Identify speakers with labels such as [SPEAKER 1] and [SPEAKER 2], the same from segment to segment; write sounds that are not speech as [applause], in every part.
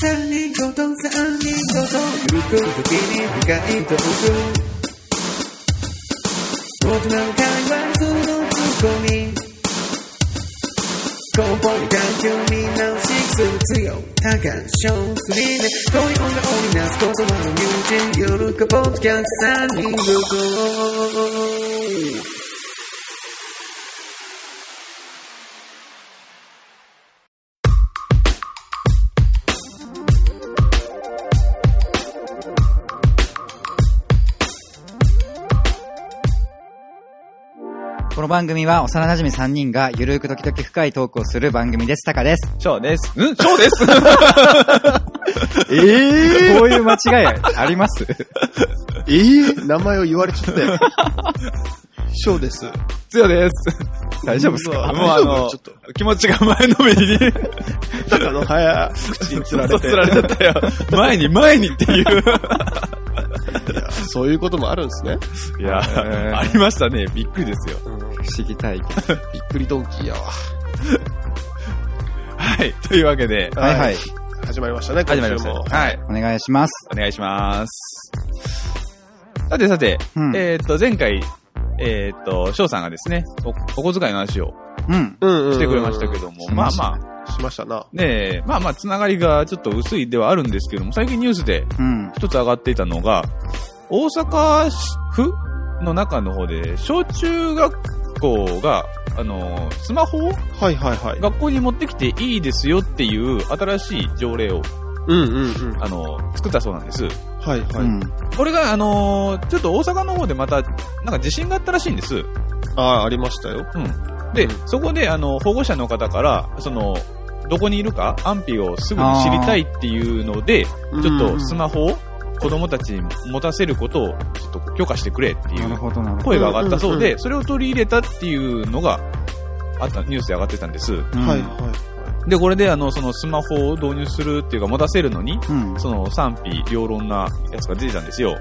[SPEAKER 1] 三人ごと三人ごとゆくときに深いトーク大人の会話そのツッコミ根本に環境見直しする強多感症すりで恋音が織りなす言葉の友人夜かポッドキャスト三人ごと
[SPEAKER 2] この番組は幼馴染3人がゆるく時々深いトークをする番組です。タカです。
[SPEAKER 3] そうです。うんそうです
[SPEAKER 4] ええ
[SPEAKER 2] こういう間違いあります
[SPEAKER 4] ええ名前を言われち
[SPEAKER 3] [laughs]
[SPEAKER 4] ゃったよ。ショーです。
[SPEAKER 3] つよです。
[SPEAKER 2] [laughs] 大丈夫です
[SPEAKER 4] う
[SPEAKER 2] か
[SPEAKER 4] わ
[SPEAKER 3] もうあの
[SPEAKER 4] ちょっと、
[SPEAKER 3] 気持ちが前のめりに、
[SPEAKER 4] だからの早口につられ
[SPEAKER 3] そう
[SPEAKER 4] て
[SPEAKER 3] つられたよ。前に前にって
[SPEAKER 2] [laughs]
[SPEAKER 3] いう。
[SPEAKER 4] そういうこともあるんですね。
[SPEAKER 3] いや、
[SPEAKER 2] ー
[SPEAKER 3] ありましたね。びっくりですよ。
[SPEAKER 2] 不思議体験。
[SPEAKER 4] びっくりドンキーやわ。
[SPEAKER 3] はい。というわけで、
[SPEAKER 2] はいはい。
[SPEAKER 4] 始まりましたね、今
[SPEAKER 3] 始まり
[SPEAKER 4] 週
[SPEAKER 3] ました。
[SPEAKER 4] も。
[SPEAKER 3] はい。
[SPEAKER 2] お願いします。
[SPEAKER 3] お願いします。さてさて、
[SPEAKER 2] うん
[SPEAKER 3] えーっと、前回、えーっと、翔さんがですね、お、お小遣いの話を
[SPEAKER 2] うん。
[SPEAKER 4] うんうん
[SPEAKER 3] してくれましたけども、
[SPEAKER 2] うん
[SPEAKER 3] まあまあ、
[SPEAKER 4] ど。しましたな。
[SPEAKER 3] ねえ、まあまあ、つながりがちょっと薄いではあるんですけども、最近ニュースで
[SPEAKER 2] うん。
[SPEAKER 3] 一つ上がっていたのが、大阪府の中の方で、小中学校が、あの、スマホを
[SPEAKER 4] はいはいはい。
[SPEAKER 3] 学校に持ってきていいですよっていう新しい条例を、
[SPEAKER 4] うんうんうん。
[SPEAKER 3] あの、作ったそうなんです。
[SPEAKER 4] はいは
[SPEAKER 2] う
[SPEAKER 4] い。
[SPEAKER 2] ん。
[SPEAKER 3] これが、あのちょっと大阪の方でまた、なんか地震があったらしいんです。うん。
[SPEAKER 4] ああ、ありましたよ。
[SPEAKER 3] で、
[SPEAKER 4] うん
[SPEAKER 3] そこで、あの、保護者の方から、その、どこにいるか安否をすぐに知りたいっていうので、ちょっとス
[SPEAKER 4] マ
[SPEAKER 3] マホを子供たちに持たせることをちょっと許可してくれってい
[SPEAKER 2] なる
[SPEAKER 3] う
[SPEAKER 2] ほどなるほ
[SPEAKER 3] 声が上がったそう
[SPEAKER 4] うんうん
[SPEAKER 3] で、それを取り入れたっていうのがあった、ニュースで上がってたんです。
[SPEAKER 2] ど。うん
[SPEAKER 4] はいは
[SPEAKER 3] で、これであの、そのスマホを導入するっていうか持たせるのに、
[SPEAKER 2] うん。
[SPEAKER 3] その賛否両論なやつが出てたんですよ。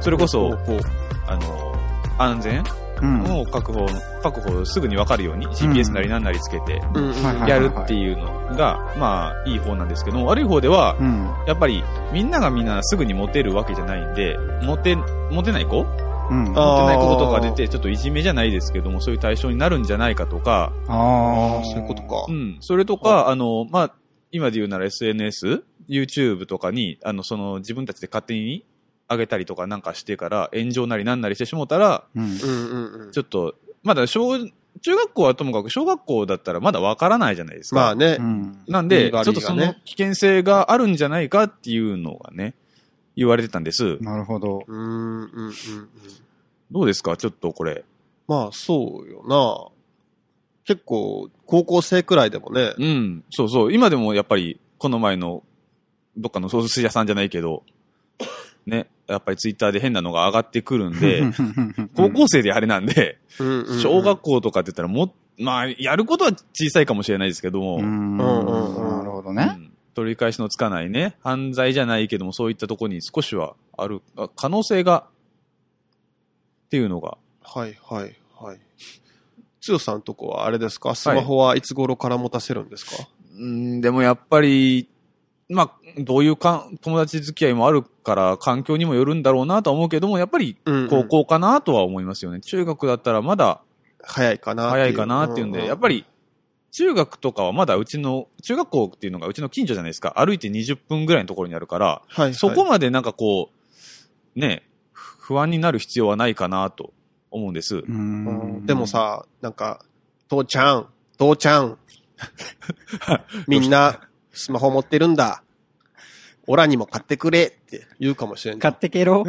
[SPEAKER 3] それこそ、こう、あの、安全
[SPEAKER 2] うん。
[SPEAKER 3] を確保、確保すぐにわかるように GPS なりなんなりつけて
[SPEAKER 4] い。うんうん
[SPEAKER 2] はいはい
[SPEAKER 3] やるっていうのが、まあ、いい方なんですけども、悪い方では、
[SPEAKER 2] うん。
[SPEAKER 3] やっぱり、みんながみんなすぐにモテるわけじゃないんで、モテ、モテない子モ
[SPEAKER 2] うん。
[SPEAKER 3] テ
[SPEAKER 4] あー
[SPEAKER 3] ない子とか出て、ちょっといじめじゃないですけども、そういう対象になるんじゃないかとか、
[SPEAKER 2] あ
[SPEAKER 4] ああ、そういうことか。
[SPEAKER 3] うん。それとか、あの、まあ、今で言うなら SNS、YouTube とかに、あの、その、自分たちで勝手に上げたりとかなんかしてから、炎上なりなんなりしてしもたら、
[SPEAKER 2] うん。
[SPEAKER 4] うんうんうん
[SPEAKER 3] ち。ょっと、まだ小、中学校はともかく小学校だったらまだわからないじゃないですか。
[SPEAKER 4] まあね
[SPEAKER 2] う。ん。
[SPEAKER 3] なんで、
[SPEAKER 4] 身軽
[SPEAKER 3] ちょっとそ
[SPEAKER 4] が
[SPEAKER 3] の
[SPEAKER 4] ね
[SPEAKER 3] 危険性があるんじゃないかっていうのがね、言われてたんです。
[SPEAKER 2] なるほど。
[SPEAKER 4] うんうんうんうん。
[SPEAKER 3] どうですかちょっとこれ。
[SPEAKER 4] まあそうよな。結構、高校生くらいでもね、
[SPEAKER 3] うん、そうそう。今でもやっぱり、この前の、どっかのソース屋さんじゃないけど、ね、やっぱりツイッターで変なのが上がってくる
[SPEAKER 2] [laughs]
[SPEAKER 3] んで、高校生であれなんで、
[SPEAKER 4] うんうんうん
[SPEAKER 3] 小学校とかって言ったらもっ、まあ、やることは小さいかもしれないですけども、
[SPEAKER 2] う
[SPEAKER 3] うん
[SPEAKER 2] ん。
[SPEAKER 4] うんうんうん
[SPEAKER 2] なるほどね。
[SPEAKER 3] 取り返しのつかないね、犯罪じゃないけども、そういったとこに少しはある、あ可能性が、っていうのが、
[SPEAKER 4] はいはいはい。つよさんとこはあれですかスマホはいつ頃から持たせるんですか、
[SPEAKER 3] うん、でもやっぱり、まあ、どういうかん友達付き合いもあるから、環境にもよるんだろうなとは思うけども、やっぱり
[SPEAKER 4] うんうん
[SPEAKER 3] 高校かなとは思いますよね。中学だったらまだ
[SPEAKER 4] 早いかなっていう
[SPEAKER 3] 早いかなっていうんで、やっぱ。り、中学とかはまだうちの、中学校っていうのがうちの近所じゃないですか。歩いて20分ぐらいのところにあるから、
[SPEAKER 4] はい、はい。
[SPEAKER 3] そこまでなんかこう、ね、不安になる必要はないかなと思うんです。
[SPEAKER 2] う
[SPEAKER 4] うん
[SPEAKER 2] ん。
[SPEAKER 4] でも、さ、なんか、父ちゃん、父ちゃ [laughs] ん。みんな、スマホ持ってるんだ。オラにも買ってくれって言うかもしれんじ
[SPEAKER 2] 買
[SPEAKER 4] ゃん。
[SPEAKER 2] ってけろ。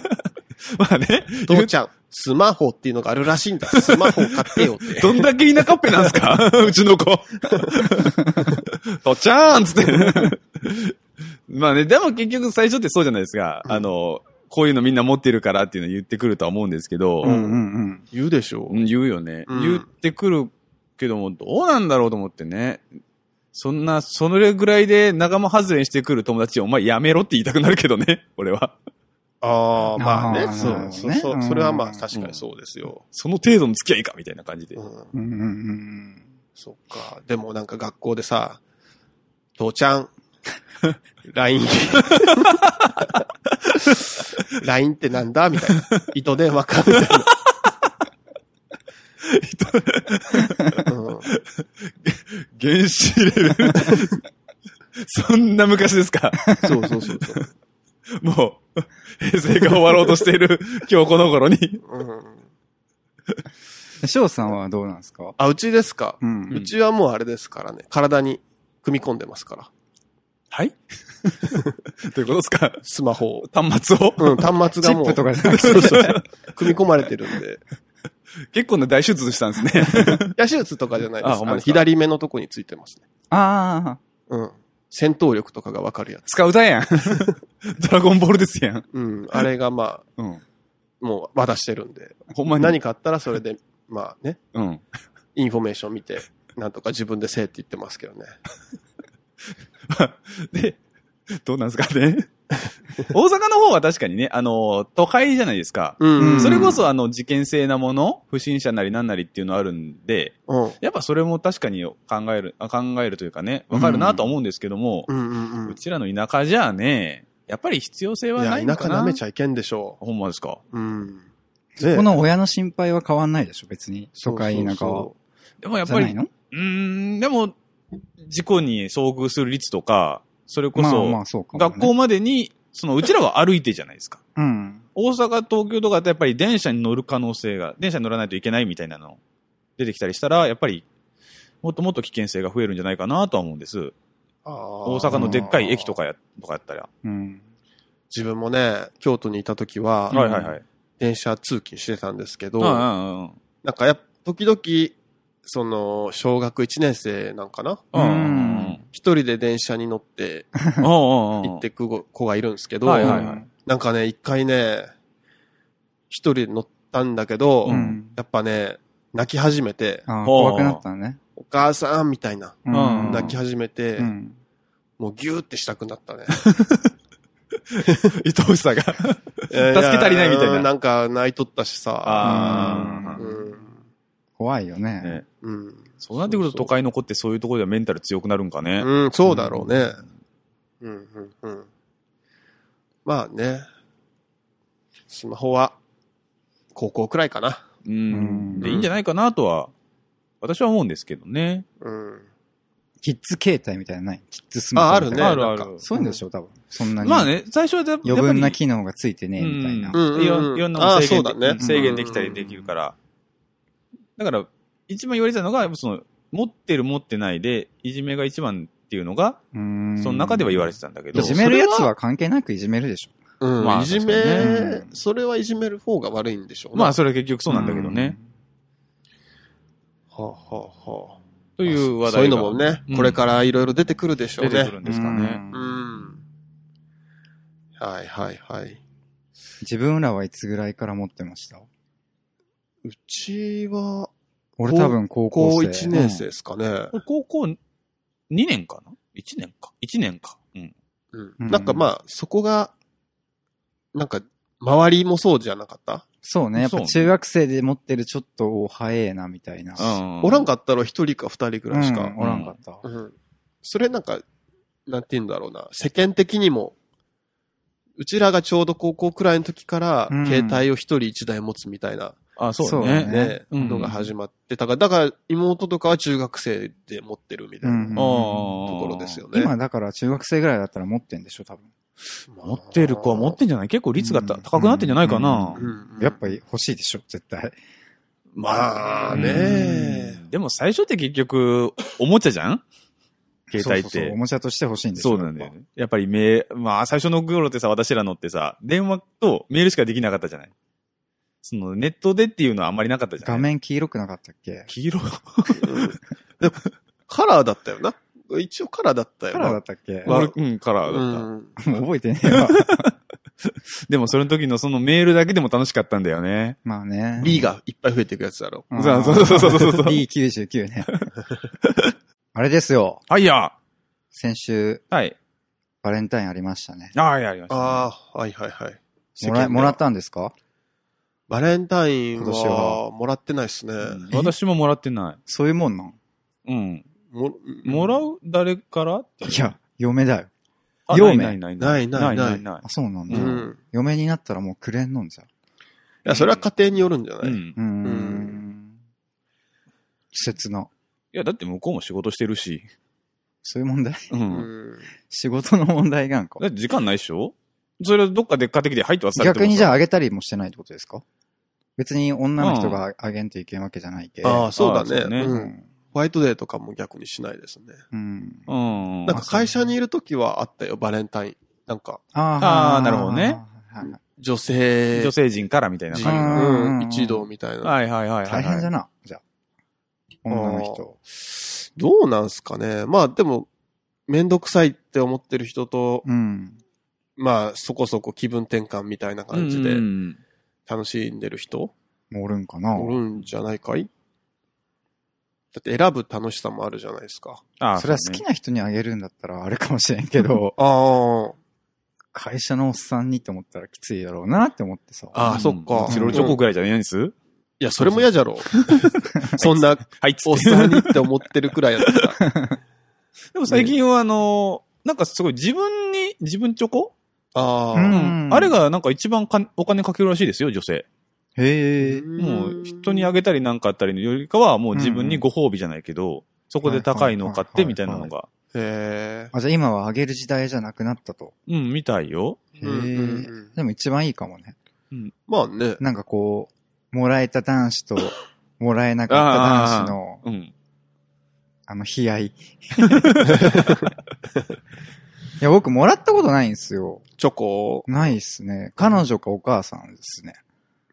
[SPEAKER 3] [laughs] まあね、言
[SPEAKER 4] 父
[SPEAKER 3] う
[SPEAKER 4] ちゃん、スマホっていうのがあるらしいんだ。スマホ買ってよって。
[SPEAKER 3] [laughs] どんだけ田舎っぺなんすか [laughs] うちの子。とっちゃーんっつって。 [laughs] まあね、でも結局最初ってそうじゃないですか。
[SPEAKER 4] うん
[SPEAKER 3] あの、こういうのみんな持ってるからっていうの言ってくるとは思うんですけど、
[SPEAKER 2] うんうんうん。
[SPEAKER 4] 言うでしょ
[SPEAKER 3] うん言うよね、
[SPEAKER 4] うん
[SPEAKER 3] 言ってくるけども、どうなんだろうと思ってね。そんな、それぐらいで仲間外れにしてくる友達お前やめろって言いたくなるけどね、 [laughs] 俺は。
[SPEAKER 4] ああ、まあ
[SPEAKER 2] あ
[SPEAKER 4] ね。
[SPEAKER 2] ー
[SPEAKER 4] そ
[SPEAKER 2] なる
[SPEAKER 4] う、
[SPEAKER 2] ほ
[SPEAKER 4] そ
[SPEAKER 2] ど
[SPEAKER 4] う、
[SPEAKER 2] ね
[SPEAKER 4] そう。それはま
[SPEAKER 2] う
[SPEAKER 4] あ
[SPEAKER 2] ん
[SPEAKER 4] 確かにそうですよ。
[SPEAKER 3] その程度の付き合いかみたいな感じで。
[SPEAKER 4] うん
[SPEAKER 2] うんうんうん
[SPEAKER 4] そっか。でもなんか学校でさ、父ちゃん、 LINE。LINE ってなんだみたいな。糸電話かみたいな。うん
[SPEAKER 3] 原始レベル。 [laughs] そんな昔ですか
[SPEAKER 4] そうそうそうそう。
[SPEAKER 3] もう、平成が終わろうとしている今日この頃に。
[SPEAKER 4] うん
[SPEAKER 2] 翔さんはどうなんですか
[SPEAKER 4] あ、うちですか
[SPEAKER 2] う
[SPEAKER 3] うん
[SPEAKER 2] ん。
[SPEAKER 4] うちはもうあれですからね。体に組み込んでますから。
[SPEAKER 3] [laughs] はいということですか
[SPEAKER 4] スマホを。
[SPEAKER 3] 端末を、 [laughs]
[SPEAKER 4] うん、端末
[SPEAKER 2] チ
[SPEAKER 4] が
[SPEAKER 2] ッ
[SPEAKER 4] もう。
[SPEAKER 2] プとかじゃなくて。
[SPEAKER 4] そうそう。組み込まれてるんで。
[SPEAKER 3] 結構な大手術したんですね。
[SPEAKER 4] いや、手術とかじゃないです。
[SPEAKER 3] あ
[SPEAKER 4] あ
[SPEAKER 3] ほんま
[SPEAKER 4] の
[SPEAKER 3] ですか
[SPEAKER 4] 左目のとこについてますね。
[SPEAKER 2] ああ。
[SPEAKER 4] うん。戦闘力とかがわかるやつ。
[SPEAKER 3] 使うたやん。ドラゴンボールですやん。
[SPEAKER 4] うん。あれがま
[SPEAKER 3] うん。
[SPEAKER 4] あ、もう渡してるんで。
[SPEAKER 3] ほんまに。
[SPEAKER 4] 何かあったらそれで、 [laughs] まあね、
[SPEAKER 3] うん。 [laughs]
[SPEAKER 4] インフォメーション見 [laughs] て、なんとか自分でせえって言ってますけどね。
[SPEAKER 3] で、どうなんですかね。大阪の方は確かにね、あの、都会じゃないですか。
[SPEAKER 4] うん
[SPEAKER 2] うん
[SPEAKER 3] それこそ、あの、事件性なもの、不審者なりなんなりっていうのあるんで、
[SPEAKER 4] うん。
[SPEAKER 3] やっぱそれも確かに考える、あ考えるというかね、わかるなとは思うんですけども、
[SPEAKER 4] うんうん
[SPEAKER 3] うちらの田舎じゃあね、やっぱり必要性
[SPEAKER 4] うん。
[SPEAKER 3] はいない
[SPEAKER 4] や、
[SPEAKER 3] の
[SPEAKER 4] 田
[SPEAKER 3] か
[SPEAKER 4] 舎
[SPEAKER 3] な。
[SPEAKER 4] 舐めちゃいけんでしょ
[SPEAKER 3] ほんまですか。
[SPEAKER 4] う。うん。
[SPEAKER 2] こ
[SPEAKER 4] [laughs] こ
[SPEAKER 2] の親の心配は変わんないでしょ、別に。都会なんかは。
[SPEAKER 3] でもやっ
[SPEAKER 2] じゃ
[SPEAKER 3] ぱ
[SPEAKER 2] な
[SPEAKER 3] り
[SPEAKER 2] い、の
[SPEAKER 3] うーん、でも、事故に遭遇する率とか、それこ
[SPEAKER 2] まあ
[SPEAKER 3] そ、
[SPEAKER 2] まあ、そうかもね。
[SPEAKER 3] 学校までに、その、うちらは歩いてじゃないですか。
[SPEAKER 2] うん。
[SPEAKER 3] 大阪、東京とかってやっぱり電車に乗る可能性が、電車に乗らないといけないみたいなの出てきたりしたら、やっぱり、もっともっと危険性が増えるんじゃないかなとは思うんです。
[SPEAKER 4] 大
[SPEAKER 3] 大阪のでっかい駅とかや、とかやったら。
[SPEAKER 2] うん。
[SPEAKER 4] 自分もね、京都にいた時は、
[SPEAKER 2] ん
[SPEAKER 3] はいはいはい。
[SPEAKER 4] 電車通勤してたんですけど、
[SPEAKER 3] うんうんうん
[SPEAKER 4] なんかやっぱ時々、その、小学1年生なんかな
[SPEAKER 3] うんうんうん
[SPEAKER 2] うん
[SPEAKER 4] 一人で電車に乗って
[SPEAKER 3] うんうん。
[SPEAKER 4] 行ってく子がいるんですけど、
[SPEAKER 3] はいはいはい。
[SPEAKER 4] なんかね、一回ね、一人で乗ったんだけど、
[SPEAKER 2] うん
[SPEAKER 4] やっぱね、泣き始めて、
[SPEAKER 2] ああ、
[SPEAKER 3] ほう
[SPEAKER 2] 怖くなったのね。
[SPEAKER 4] お母さんみたいな、
[SPEAKER 2] う
[SPEAKER 3] うん
[SPEAKER 4] 泣き始めて、
[SPEAKER 2] うん。
[SPEAKER 4] もうギューってしたくなっ
[SPEAKER 3] [laughs]
[SPEAKER 4] たね。
[SPEAKER 3] 伊藤さんが。
[SPEAKER 4] 助け
[SPEAKER 3] け足りないみたいな
[SPEAKER 4] なんか泣いとったしさ、
[SPEAKER 3] あ
[SPEAKER 4] う
[SPEAKER 3] あ。
[SPEAKER 4] ん。
[SPEAKER 2] 怖いよね。
[SPEAKER 3] ね
[SPEAKER 4] うん。
[SPEAKER 3] そうなってくると都会の子ってそういうところではメンタル強くなるんかね。
[SPEAKER 4] うん、そうだろうね。うん、うん、うん。まあね。スマホは、高校くらいかな。
[SPEAKER 3] う
[SPEAKER 2] うん
[SPEAKER 3] ん。で、いいんじゃないかなとは、私は思うんですけどね。
[SPEAKER 4] うん。
[SPEAKER 2] キッズ携帯みたいなのないキッズスマホ。
[SPEAKER 4] あ、あるね。
[SPEAKER 3] あるある
[SPEAKER 4] なんか
[SPEAKER 2] そういうんでしょ、多分。そんなに。
[SPEAKER 3] まあ。ね、最初はやっぱり
[SPEAKER 2] 余分な機能がついてねえ、
[SPEAKER 3] うん
[SPEAKER 2] みたいな。
[SPEAKER 4] うんうん
[SPEAKER 3] いろんいろんな
[SPEAKER 4] あ
[SPEAKER 3] も
[SPEAKER 4] あ
[SPEAKER 3] の制限
[SPEAKER 4] そうだね
[SPEAKER 3] で制限できたりできるから。だから、一番言われてたのが、やっぱその、持ってる持ってないで、いじめが一番っていうのが、
[SPEAKER 2] うん
[SPEAKER 3] その中では言われてたんだけ
[SPEAKER 2] い
[SPEAKER 3] ど。
[SPEAKER 2] じめるやつは関係なくいじめるでしょ。
[SPEAKER 4] うん、
[SPEAKER 3] まあ
[SPEAKER 4] いじめ、
[SPEAKER 3] 確
[SPEAKER 2] かにね
[SPEAKER 4] それはいじめる方が悪いんでしょうね
[SPEAKER 3] まあ、それは結局そうなんだけどね。
[SPEAKER 4] はあ、はあはあ、
[SPEAKER 3] という話題が。
[SPEAKER 4] そういうのもね、
[SPEAKER 3] うん
[SPEAKER 4] これからいろいろ出てくるでしょう
[SPEAKER 3] 出
[SPEAKER 4] ね。
[SPEAKER 3] てくる
[SPEAKER 2] う
[SPEAKER 3] んで
[SPEAKER 2] ん。
[SPEAKER 3] すかね。
[SPEAKER 4] う
[SPEAKER 2] うん
[SPEAKER 4] ん。はいはいはい。
[SPEAKER 2] 自分らはいつぐらいから持ってました
[SPEAKER 4] うちは、
[SPEAKER 2] 俺多分高
[SPEAKER 4] 高
[SPEAKER 2] 校生。
[SPEAKER 4] 1年生ですかね。
[SPEAKER 3] これ高校2年かな ?1 年か。1年か。うん。
[SPEAKER 4] うん。
[SPEAKER 2] うん
[SPEAKER 4] なんかまあ、そこが、なんか、周りもそうじゃなかった、
[SPEAKER 2] そうね。やっ
[SPEAKER 3] そう
[SPEAKER 2] ぱ
[SPEAKER 3] ね
[SPEAKER 2] 中学生で持ってるちょっとお早えな、みたいな。
[SPEAKER 4] おらん
[SPEAKER 3] か
[SPEAKER 4] かったら一人か二人くらいしか
[SPEAKER 2] うん。おらんかった。
[SPEAKER 4] うん。それなんか、なんて言うんだろうな。世間的にも、うちらがちょうど高校くらいの時から
[SPEAKER 2] う、ん
[SPEAKER 4] 携帯を一人一台持つみたいな、
[SPEAKER 3] あ、そ
[SPEAKER 2] そうう
[SPEAKER 3] だ
[SPEAKER 2] だ
[SPEAKER 3] ね。
[SPEAKER 2] ね
[SPEAKER 4] ね、
[SPEAKER 3] うん
[SPEAKER 4] のが始まってたから、だから妹とかは中学生で持ってるみたい
[SPEAKER 2] うん
[SPEAKER 4] なと
[SPEAKER 3] ああ
[SPEAKER 4] ころですよね。
[SPEAKER 2] 今だから中学生ぐらいだったら持ってんでしょ、多分。
[SPEAKER 3] 持ってる子は持ってんじゃない結構率がた高くなってんじゃないかな
[SPEAKER 4] う。んうん
[SPEAKER 2] やっぱり欲しいでしょ、絶対。
[SPEAKER 4] まあね
[SPEAKER 3] うんでも最初って結局、おもちゃじゃん携帯
[SPEAKER 2] そうそ
[SPEAKER 3] っ
[SPEAKER 2] うそうお
[SPEAKER 3] て。
[SPEAKER 2] もちゃとして欲しいんでしょ。
[SPEAKER 3] そうなんだよ
[SPEAKER 2] やっ
[SPEAKER 3] ね。やっぱりメまあ最初の頃ってさ、私らのってさ、電話とメールしかできなかったじゃないそのネットでっていうのはあんまりなかったじ
[SPEAKER 2] ぱ
[SPEAKER 3] ゃな
[SPEAKER 2] 画。
[SPEAKER 3] い
[SPEAKER 2] 面黄色くなかったっけ
[SPEAKER 3] 黄色
[SPEAKER 4] でもカラーだったよな。一応カラーだったよ
[SPEAKER 2] カ
[SPEAKER 4] な。
[SPEAKER 2] ラーだったっけ
[SPEAKER 3] 悪くうん、カラーだった。
[SPEAKER 4] う
[SPEAKER 2] も
[SPEAKER 4] ん。
[SPEAKER 2] う覚えてねえ
[SPEAKER 3] [laughs]
[SPEAKER 2] わ。
[SPEAKER 3] でもその時のそのメールだけでも楽しかったんだよね。
[SPEAKER 2] まあね。
[SPEAKER 4] B がいっぱい増えていくやつだろ。
[SPEAKER 2] うん
[SPEAKER 3] そうそうそうそうそうそう
[SPEAKER 2] B99
[SPEAKER 3] [laughs]
[SPEAKER 2] ね。あれですよ。
[SPEAKER 3] はいや
[SPEAKER 2] 先週、
[SPEAKER 3] はい。
[SPEAKER 2] バレンタインありましたね。
[SPEAKER 3] ああ、やりました。
[SPEAKER 4] ああ、はいはいはい。
[SPEAKER 2] もら
[SPEAKER 4] 世間では
[SPEAKER 2] もらったんですか
[SPEAKER 4] バレンタイン
[SPEAKER 2] 今年
[SPEAKER 4] は
[SPEAKER 2] は
[SPEAKER 4] もらってないですね。
[SPEAKER 3] うん私ももらってな
[SPEAKER 2] そういうもんなん
[SPEAKER 3] い。うん。
[SPEAKER 4] も
[SPEAKER 3] もらう誰から
[SPEAKER 2] いや、嫁だよ。
[SPEAKER 3] あ
[SPEAKER 2] 陽明
[SPEAKER 3] ないないない
[SPEAKER 4] ないないない
[SPEAKER 3] ないな
[SPEAKER 2] あ、そうなんだ。
[SPEAKER 4] うん。
[SPEAKER 2] 嫁になったらもうくれんのんじゃ。
[SPEAKER 4] いや、それは家庭によるんじゃない、
[SPEAKER 3] い。うん。
[SPEAKER 2] うー。
[SPEAKER 4] うん
[SPEAKER 2] 季節の。
[SPEAKER 3] いや、だって向こうも仕事してるし。
[SPEAKER 2] そういう問題 [laughs]
[SPEAKER 3] う。
[SPEAKER 4] うんん
[SPEAKER 2] 仕事の問題がんか
[SPEAKER 3] だっ。て時間ないでしょそれどっかで買ってきて入って渡されても
[SPEAKER 2] 逆にじゃあ
[SPEAKER 3] あ、
[SPEAKER 2] あげたりもしてないってことですか別に女の人があげんといけんわけじゃないけ。
[SPEAKER 4] ああ、そうだ
[SPEAKER 3] あ
[SPEAKER 4] ね
[SPEAKER 3] そうね
[SPEAKER 2] う
[SPEAKER 4] うん。
[SPEAKER 2] ん。
[SPEAKER 4] ホワイトデーとかも逆にしないですね。
[SPEAKER 2] うん。
[SPEAKER 3] うん。
[SPEAKER 4] なんか会社にいるときはあったよ、バレンタイン。なんか、
[SPEAKER 2] あ
[SPEAKER 3] あーなるほどね。
[SPEAKER 2] はいはい
[SPEAKER 4] 女性
[SPEAKER 3] 女性陣からみたいな
[SPEAKER 4] 陣、
[SPEAKER 2] う
[SPEAKER 3] 感
[SPEAKER 2] ん
[SPEAKER 4] うん、一同みたい
[SPEAKER 3] じ。
[SPEAKER 4] な。
[SPEAKER 3] はいはいはいはいは
[SPEAKER 2] 大
[SPEAKER 3] い。
[SPEAKER 2] 変じゃな。じゃあ。女の人。
[SPEAKER 4] どうなんすかね。まあでも、めんどくさいって思ってる人と、
[SPEAKER 2] うん。
[SPEAKER 4] まあそこそこ気分転換みたいな感じ
[SPEAKER 3] う
[SPEAKER 4] で
[SPEAKER 3] ん
[SPEAKER 4] 楽しんでる人、
[SPEAKER 2] もうおるんかな。
[SPEAKER 4] おるんじゃないかいだって選ぶ楽しさもあるじゃないですか。、
[SPEAKER 3] あ
[SPEAKER 2] それは好きな人にあげるんだったらあれかもしれんけど
[SPEAKER 4] あ
[SPEAKER 2] 会社のおっさんにって思ったらきついだろうなって思ってさ。
[SPEAKER 4] あ、ああ、そっか。
[SPEAKER 3] チロルチョコぐらいじゃないんです
[SPEAKER 4] いや、それも嫌じゃろ。そんな
[SPEAKER 3] はいっつ
[SPEAKER 4] おっ
[SPEAKER 3] って。
[SPEAKER 4] さんにって思ってるくらいやったら。
[SPEAKER 3] [laughs] でも最近はあの、なんかすごい自分に、自分チョコ
[SPEAKER 4] あ
[SPEAKER 2] う
[SPEAKER 4] あ。
[SPEAKER 2] ん。
[SPEAKER 3] あれがなんか一番かんお金かけるらしいですよ、女性。
[SPEAKER 2] へえ。
[SPEAKER 3] もう人に
[SPEAKER 4] あ
[SPEAKER 3] あげたりなんかあったりのよりかは、もう自分にご褒美じゃないけど、そこで高いのを買ってみたいなのが。
[SPEAKER 4] へ
[SPEAKER 2] あ、じゃあ今はあげる時代じゃなくなったと。
[SPEAKER 3] うん、みたいよ。
[SPEAKER 4] え。
[SPEAKER 2] へ
[SPEAKER 4] うんう
[SPEAKER 2] え。
[SPEAKER 4] んうん
[SPEAKER 2] でも一番いいかもね。
[SPEAKER 4] まあね。
[SPEAKER 2] なんかこう、もらえた男子
[SPEAKER 4] [laughs]
[SPEAKER 2] と、もらえなかった男子の、
[SPEAKER 3] うん。
[SPEAKER 2] あの、悲哀。いや、僕もらったことないんですよ。
[SPEAKER 4] チョコ。
[SPEAKER 2] ないっすね。彼女かお母さんですね。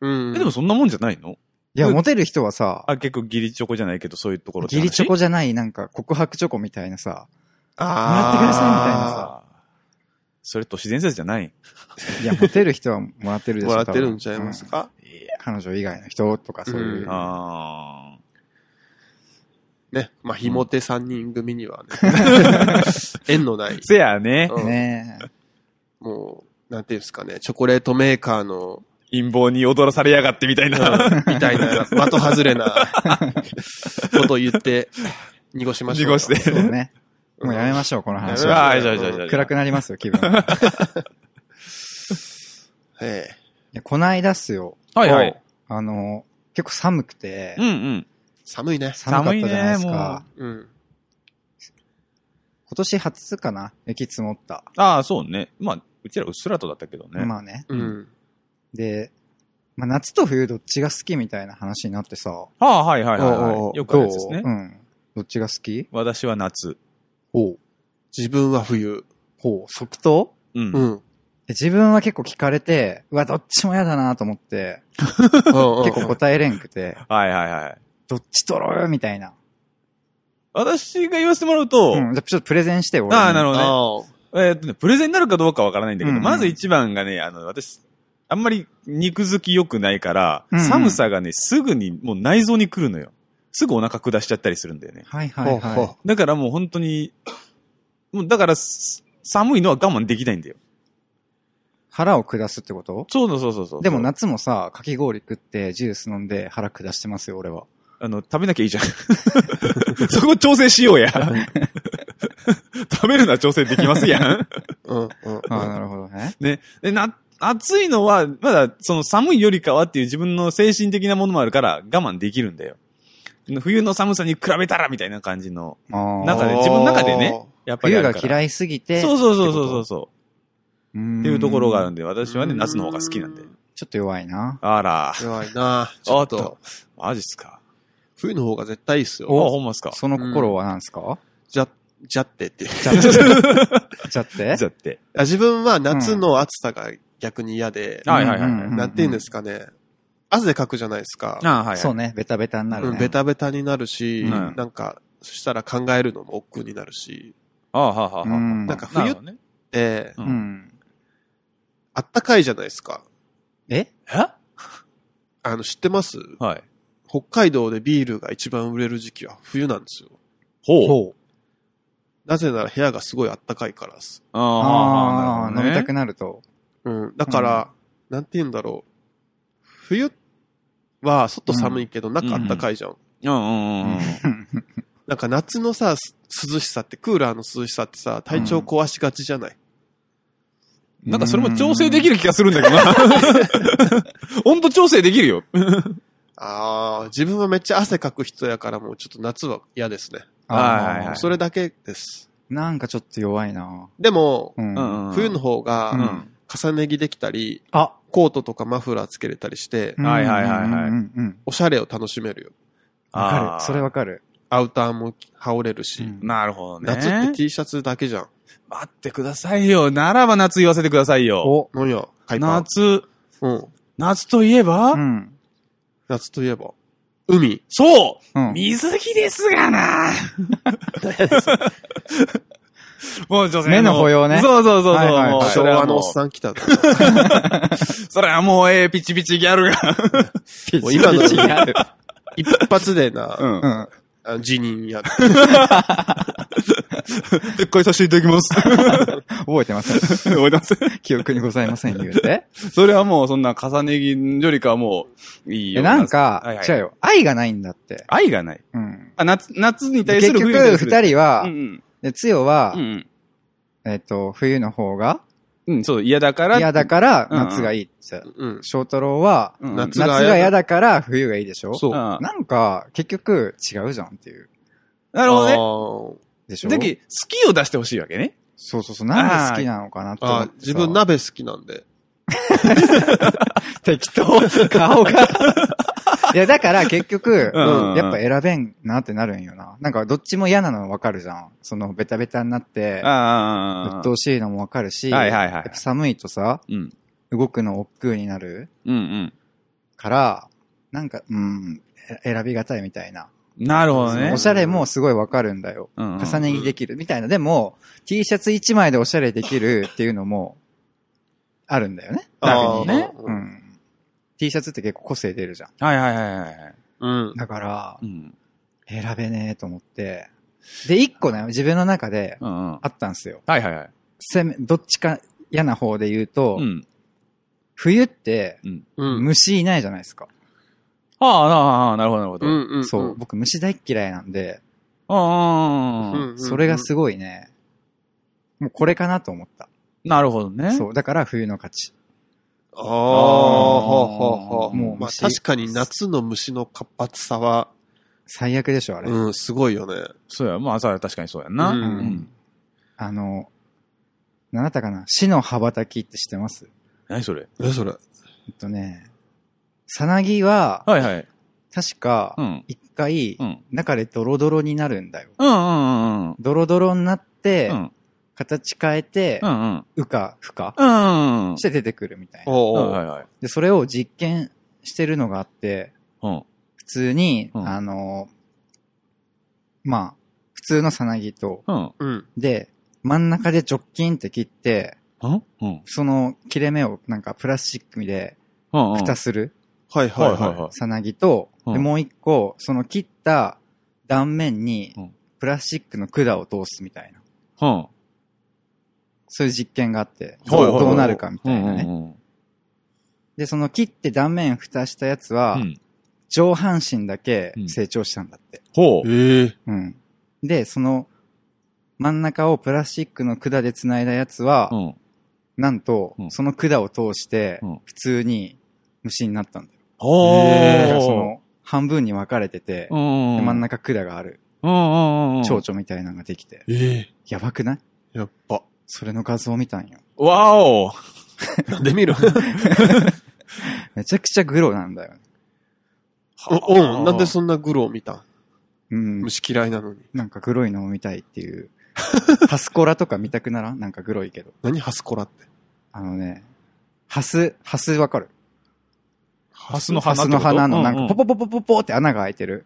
[SPEAKER 4] うん
[SPEAKER 3] え、でもそんなもんじゃないの
[SPEAKER 2] いや、モテる人はさ、
[SPEAKER 3] あ、結構ギリチョコじゃないけど、そういうところ
[SPEAKER 2] ギリチョコじゃない、なんか告白チョコみたいなさ。
[SPEAKER 4] あ
[SPEAKER 2] もらってくださいみたいなさ
[SPEAKER 3] さ。それ都市伝説じゃない。
[SPEAKER 2] いや、モテる人はもらってるでしょ。
[SPEAKER 4] もらってる
[SPEAKER 2] 多分
[SPEAKER 4] んちゃいます、か、
[SPEAKER 2] うん彼女以外の人とかそういう。
[SPEAKER 4] うん
[SPEAKER 3] あ
[SPEAKER 4] ね。まあ、ひもて三人組にはね、縁のない
[SPEAKER 3] ー。せやね。
[SPEAKER 4] うん
[SPEAKER 2] ねえ。
[SPEAKER 4] もう、なんていうんですかね、チョコレートメーカーの、
[SPEAKER 3] 陰謀に踊らされやがってみたい [laughs] な。
[SPEAKER 4] みたいな、的外れな、ことを言って、濁しましょう。
[SPEAKER 3] 濁して
[SPEAKER 2] そうね。
[SPEAKER 4] うん
[SPEAKER 2] もうやめましょう、この話
[SPEAKER 4] やめましょ
[SPEAKER 2] は。
[SPEAKER 4] う
[SPEAKER 3] あーじゃあじゃあじゃあ
[SPEAKER 2] 暗くなりますよ、気分が。い
[SPEAKER 4] え
[SPEAKER 2] やこないだっすよ。
[SPEAKER 3] はいはい。
[SPEAKER 2] あの、結構寒くて
[SPEAKER 3] うん、うん。
[SPEAKER 4] え寒いね。
[SPEAKER 2] 寒かったじゃないです
[SPEAKER 3] 寒いねもう
[SPEAKER 2] か。
[SPEAKER 4] うん。
[SPEAKER 2] 今年初かな雪積もった。
[SPEAKER 3] ああ、そうね。まあ、うちらうっすらとだったけどね。
[SPEAKER 2] まあね。
[SPEAKER 4] うん。
[SPEAKER 2] で、まあ夏と冬どっちが好きみたいな話になってさ。
[SPEAKER 3] ああ、はいはいはい
[SPEAKER 4] おうお
[SPEAKER 3] は
[SPEAKER 4] う
[SPEAKER 3] い。よくあ
[SPEAKER 2] どう
[SPEAKER 3] るやつですね
[SPEAKER 2] う。ん。どっちが好き
[SPEAKER 3] 私は夏。
[SPEAKER 2] ほう。
[SPEAKER 4] 自分は冬。
[SPEAKER 2] ほう。即答
[SPEAKER 3] う。
[SPEAKER 4] うんん。
[SPEAKER 2] で自分は結構聞かれて、うわ、どっちも嫌だなと思って、
[SPEAKER 4] 結
[SPEAKER 2] 結構
[SPEAKER 4] 構、
[SPEAKER 2] 答えれんくて、
[SPEAKER 3] はいはいはい。
[SPEAKER 2] どっち取ろうよみたいな。
[SPEAKER 3] 私が言わせてもらうと、
[SPEAKER 2] うん。じゃあちょっとプレゼンして、俺に。
[SPEAKER 3] ああ、なるほどね。
[SPEAKER 4] ああ。
[SPEAKER 3] えーっとね、プレゼンになるかどうかわからないんだけど、
[SPEAKER 2] うんうん
[SPEAKER 3] まず一番がね、あの、私、あんまり肉付き良くないから、
[SPEAKER 2] うんうん
[SPEAKER 3] 寒さがね、すぐにもう内臓に来るのよ。すぐお腹下しちゃったりするんだよね。
[SPEAKER 2] はいは
[SPEAKER 4] ほう
[SPEAKER 2] いはい。
[SPEAKER 4] ほ
[SPEAKER 3] だからもう本当に、もうだからす、寒いのは我慢できないんだよ。
[SPEAKER 2] 腹を下すってこと
[SPEAKER 3] そうそうそうそうそう。
[SPEAKER 2] でも、夏もさ、かき氷食ってジュース飲んで腹下してますよ、俺
[SPEAKER 3] [laughs]
[SPEAKER 2] は。
[SPEAKER 3] あの、食べなきゃいいじゃん。 [laughs] そこ調整しよう [laughs] や。食べるのは調整できますやん。
[SPEAKER 4] う。うん。うん。
[SPEAKER 2] ああ、なるほどね。
[SPEAKER 3] ね。で、な、暑いのは、まだ、その寒いよりかはっていう自分の精神的なものもあるから我慢できるんだよ。冬の寒さに比べたらみたいな感じの、
[SPEAKER 2] あ
[SPEAKER 3] [laughs] なんか
[SPEAKER 2] あ。
[SPEAKER 3] ね、自分の中でね、やっぱり
[SPEAKER 2] 冬
[SPEAKER 3] ある
[SPEAKER 2] が
[SPEAKER 3] から。
[SPEAKER 2] 嫌いすぎて。
[SPEAKER 3] そうそうそうそうそうそ
[SPEAKER 2] てこ
[SPEAKER 3] う。
[SPEAKER 2] と。
[SPEAKER 3] っていうところがある
[SPEAKER 2] ん
[SPEAKER 3] んで、私はね、
[SPEAKER 4] うん
[SPEAKER 3] 夏の方が好きなんで。
[SPEAKER 2] ちょっと弱いな。
[SPEAKER 3] あら、
[SPEAKER 4] 弱いなち
[SPEAKER 3] お
[SPEAKER 4] ょっ
[SPEAKER 3] っと
[SPEAKER 4] と。、
[SPEAKER 3] マジっすか。
[SPEAKER 4] 冬の方が絶対いいっす
[SPEAKER 3] あ、
[SPEAKER 4] よ。
[SPEAKER 3] ほんまっすか。
[SPEAKER 2] その心は何すか
[SPEAKER 4] じゃ、じゃってっていう。
[SPEAKER 2] じゃって。じゃって
[SPEAKER 3] じゃって。
[SPEAKER 4] あ [laughs] 自分は夏の暑さが逆に嫌で、
[SPEAKER 3] あはいはいはいはい
[SPEAKER 4] なんて言うんですかね、汗かくじゃないですか。
[SPEAKER 3] あはいはい。
[SPEAKER 2] そうね、ベタベタになる
[SPEAKER 4] う
[SPEAKER 2] ね。
[SPEAKER 4] ん、ベタベタになるし、
[SPEAKER 3] うん
[SPEAKER 4] なんか、そしたら考えるのも億劫になるし、
[SPEAKER 3] ああ、はあ、はあ、はあ。
[SPEAKER 2] うん
[SPEAKER 4] なんか冬
[SPEAKER 3] るほどね。
[SPEAKER 4] で、
[SPEAKER 3] う。
[SPEAKER 2] うんん。
[SPEAKER 4] あったかいじゃないですか。
[SPEAKER 2] え
[SPEAKER 3] え
[SPEAKER 4] あの、知ってます
[SPEAKER 3] はい。
[SPEAKER 4] 北海道でビールが一番売れる時期は冬なんですよ。
[SPEAKER 3] ほう。
[SPEAKER 2] う。
[SPEAKER 4] なぜなら部屋がすごいあったかいからです。
[SPEAKER 3] あ
[SPEAKER 2] あ
[SPEAKER 3] ー
[SPEAKER 2] あ、飲みた
[SPEAKER 3] ね
[SPEAKER 2] くなると。
[SPEAKER 4] うん。だから、なんて言うんだろう。冬は外寒いけど中あったかいじゃん。
[SPEAKER 3] うんうんうんうん。
[SPEAKER 4] なんか夏のさ、す涼しさって、クーラーの涼しさってさ、体調壊しがちじゃない、
[SPEAKER 3] なんかそれも調整できる気がするんだけど [laughs] な。温度調整できるよ。
[SPEAKER 4] ああ、自分はめっちゃ汗かく人やからもうちょっと夏は嫌ですね。
[SPEAKER 3] はいはいはい
[SPEAKER 2] あー
[SPEAKER 4] それだけです。
[SPEAKER 2] なんかちょっと弱いな
[SPEAKER 4] でも、
[SPEAKER 2] うん。
[SPEAKER 4] 冬の方
[SPEAKER 2] う
[SPEAKER 4] が
[SPEAKER 2] ん
[SPEAKER 4] 重ね着できたり、
[SPEAKER 2] あ
[SPEAKER 4] コートとかマフラーつけれたりして、
[SPEAKER 3] はいはいはいはい
[SPEAKER 2] うんうんうん。
[SPEAKER 4] おしゃれを楽しめるよ。
[SPEAKER 2] わか
[SPEAKER 3] あー
[SPEAKER 2] る。それわかる。
[SPEAKER 4] アウターも羽織れるし、
[SPEAKER 2] うん
[SPEAKER 3] なるほどね。
[SPEAKER 4] 夏って T シャツだけじゃん。
[SPEAKER 3] 待ってくださいよ。ならば夏言わせてくださいよ。
[SPEAKER 2] お。
[SPEAKER 4] 何や、海パン。
[SPEAKER 3] 夏、
[SPEAKER 4] うん。
[SPEAKER 3] 夏といえば、
[SPEAKER 2] うん。。
[SPEAKER 4] 夏といえば、海。
[SPEAKER 3] そううん水着ですがな [laughs] もう女性
[SPEAKER 2] 目の保養ね
[SPEAKER 3] そうそうそうそう。
[SPEAKER 2] はいはいはい
[SPEAKER 3] もうそ
[SPEAKER 4] 昭
[SPEAKER 3] れは
[SPEAKER 4] 和
[SPEAKER 3] もう
[SPEAKER 4] のおっさん来たな。
[SPEAKER 3] それはもう、ええ、ピチピチギャルが。
[SPEAKER 4] もう今の
[SPEAKER 2] 違う。
[SPEAKER 4] 一発でな、
[SPEAKER 3] ん
[SPEAKER 2] [laughs] う。ん。
[SPEAKER 4] あ辞任や。
[SPEAKER 3] 撤回させていただきます。
[SPEAKER 2] 覚えてません。
[SPEAKER 3] 思います。
[SPEAKER 2] 記憶にございません、言うて。
[SPEAKER 3] [laughs] それはもう、そんな重ね着よりかはもう、いい
[SPEAKER 2] い
[SPEAKER 3] よ。
[SPEAKER 2] や、なんか、
[SPEAKER 3] はいはい
[SPEAKER 2] 違うよ。愛がないんだって。
[SPEAKER 3] 愛がない。
[SPEAKER 2] うん。
[SPEAKER 3] あ、夏、夏に対す
[SPEAKER 2] 結
[SPEAKER 3] る
[SPEAKER 2] 局、
[SPEAKER 3] 冬に対する
[SPEAKER 2] 二人は、
[SPEAKER 3] うん
[SPEAKER 2] で、つよは、
[SPEAKER 3] うん。うん
[SPEAKER 2] えっ、と、冬の方が
[SPEAKER 3] うん。うん、そう、嫌だから。
[SPEAKER 2] 嫌だから
[SPEAKER 3] うんうん
[SPEAKER 2] 夏がいいって言ってた。
[SPEAKER 4] うん。
[SPEAKER 2] 翔太郎は、
[SPEAKER 3] うん
[SPEAKER 4] 夏
[SPEAKER 2] 夏が嫌だから冬がいいでしょ
[SPEAKER 4] そう。
[SPEAKER 3] うんな
[SPEAKER 2] なんか、結局違うじゃんっていう。
[SPEAKER 3] るほどね。
[SPEAKER 4] どね。
[SPEAKER 2] でしょ
[SPEAKER 3] だけど好きを出してほしいわけね。
[SPEAKER 2] そうそうそう。なんで好きなのかなって思って
[SPEAKER 4] あ
[SPEAKER 2] さ。
[SPEAKER 4] 自分鍋好きなんで。
[SPEAKER 2] 適当。顔が。 [laughs] いや、だから結局、
[SPEAKER 3] うん
[SPEAKER 2] うんやっぱ選べんなってなるんよな。なんかどっちも嫌なのわかるじゃん。その、ベタベタになって、
[SPEAKER 3] [laughs] あ
[SPEAKER 2] 鬱陶しいのもわかるし、
[SPEAKER 3] はいはいはい
[SPEAKER 2] やっぱ寒いとさ、
[SPEAKER 3] うん。
[SPEAKER 2] 動くの億劫になる
[SPEAKER 3] うんうん。
[SPEAKER 2] から、なんか、うん、え選びがたいみたいな。
[SPEAKER 3] なるほどね
[SPEAKER 2] お。しゃれもすごいわかるんだよ。
[SPEAKER 3] うんうん
[SPEAKER 2] 重ね着できるみたいな。でも、T シャツ1枚でおしゃれできるっていうのも、あるんだよね。
[SPEAKER 4] あー
[SPEAKER 2] 逆にね。う
[SPEAKER 4] う
[SPEAKER 2] んん。T シャツって結構個性出るじゃん。
[SPEAKER 3] はいはいはいはい。
[SPEAKER 4] うん。
[SPEAKER 2] だから
[SPEAKER 3] う、ん。
[SPEAKER 2] 選べねえと思って。で、一個ね、自分の中で
[SPEAKER 3] うんうん。
[SPEAKER 2] あったんすよ。
[SPEAKER 3] はいはいはい。
[SPEAKER 2] せめ、どっちか嫌な方で言うと、
[SPEAKER 3] うん。
[SPEAKER 2] 冬って
[SPEAKER 4] うん。
[SPEAKER 2] 虫いないじゃないですか。
[SPEAKER 3] ああ、ああ、なるほどなるほど。
[SPEAKER 4] う
[SPEAKER 3] うん
[SPEAKER 4] んうん。
[SPEAKER 2] そう、僕虫大っ嫌いなんで、
[SPEAKER 3] うん
[SPEAKER 4] う。
[SPEAKER 3] うんん。
[SPEAKER 4] うん
[SPEAKER 2] それがすごいね、もうこれかなと思った。
[SPEAKER 3] なるほどね。
[SPEAKER 2] そう、だから冬の勝ち。
[SPEAKER 4] ああ、ほうほうほう。
[SPEAKER 2] もう
[SPEAKER 4] まあ
[SPEAKER 2] 虫
[SPEAKER 4] 確かに夏の虫の活発さは、
[SPEAKER 2] 最悪でしょ、あれ。
[SPEAKER 4] うん、すごいよね。
[SPEAKER 3] そうや。まあ、それは確かにそうやんな。
[SPEAKER 4] うん
[SPEAKER 3] うん。
[SPEAKER 2] あの、なんだったかな死の羽ばたきって知ってます
[SPEAKER 3] 何それ
[SPEAKER 4] え、それ。
[SPEAKER 2] えっとね、さなぎは、
[SPEAKER 3] はいはい。
[SPEAKER 2] 確か
[SPEAKER 3] う、ん。
[SPEAKER 2] 一回
[SPEAKER 3] う、ん。
[SPEAKER 2] 中でドロドロになるんだよ。
[SPEAKER 3] うんうんうん。
[SPEAKER 2] ドロドロになって
[SPEAKER 3] う、ん。
[SPEAKER 2] 形変えて
[SPEAKER 3] う、んうん。
[SPEAKER 2] うかふか
[SPEAKER 3] うんうん。
[SPEAKER 2] して出てくるみたいな。
[SPEAKER 4] おうおう
[SPEAKER 3] はいはい。
[SPEAKER 2] で、それを実験してるのがあって、
[SPEAKER 3] うん。
[SPEAKER 2] 普通に、
[SPEAKER 3] うん
[SPEAKER 2] あの、まあ、普通のさなぎと、
[SPEAKER 3] うん。
[SPEAKER 4] うん。
[SPEAKER 2] で、真ん中で直近って切って、
[SPEAKER 3] うんうん。
[SPEAKER 2] その切れ目をなんかプラスチックで
[SPEAKER 3] うん。
[SPEAKER 2] 蓋する
[SPEAKER 4] はいはい
[SPEAKER 3] はいはい
[SPEAKER 4] は
[SPEAKER 3] はい。
[SPEAKER 2] さなぎと、
[SPEAKER 3] うん
[SPEAKER 2] で、もう一個、その切った断面に
[SPEAKER 3] うん
[SPEAKER 2] プラスチックの管を通すみたいな、
[SPEAKER 3] うん。
[SPEAKER 2] そういう実験があって、
[SPEAKER 3] はいは
[SPEAKER 2] ど
[SPEAKER 3] い
[SPEAKER 2] う
[SPEAKER 3] はい
[SPEAKER 2] どうなるかみたいな
[SPEAKER 3] うん
[SPEAKER 2] ね。
[SPEAKER 3] うん
[SPEAKER 2] で、その切って断面蓋したやつ
[SPEAKER 3] う
[SPEAKER 2] は、
[SPEAKER 3] ん。
[SPEAKER 2] 上半身だけ成長したんだって。
[SPEAKER 3] ほ
[SPEAKER 4] い。
[SPEAKER 3] う。
[SPEAKER 4] ええ。
[SPEAKER 2] うん。で、その真ん中をプラスチックの管で繋いだやつは、
[SPEAKER 3] うん。
[SPEAKER 2] なんと
[SPEAKER 3] う、ん
[SPEAKER 2] その管を通して
[SPEAKER 3] うん、
[SPEAKER 2] 普通に虫になったんだよ。
[SPEAKER 3] ほ。
[SPEAKER 2] だからそうの、半分に分かれてて、
[SPEAKER 3] う
[SPEAKER 2] で
[SPEAKER 3] ん。
[SPEAKER 2] 真ん。中管がある、
[SPEAKER 3] うんうんうん。
[SPEAKER 2] 蝶々みたいなのができて、
[SPEAKER 4] ええ。
[SPEAKER 2] やばくない
[SPEAKER 4] やっぱ。
[SPEAKER 2] それの画像見たんよ。
[SPEAKER 3] わお
[SPEAKER 4] なんで見る
[SPEAKER 2] めちゃくちゃグロなんだよね。
[SPEAKER 4] [laughs] おうん。なんでそんなグロを見たん
[SPEAKER 2] うん。
[SPEAKER 4] 虫嫌いなのに。
[SPEAKER 2] なんかグロいのを見たいって
[SPEAKER 3] [laughs]
[SPEAKER 2] いう。ハスコラとか見たくならんなんかグロいけど。
[SPEAKER 4] 何ハスコラって。
[SPEAKER 2] あのね、ハス、ハスわかる
[SPEAKER 3] ハスの
[SPEAKER 2] ハ
[SPEAKER 3] 花
[SPEAKER 2] スの花のなんかポポ
[SPEAKER 3] ポ。
[SPEAKER 2] ポポポポって穴が開いてる。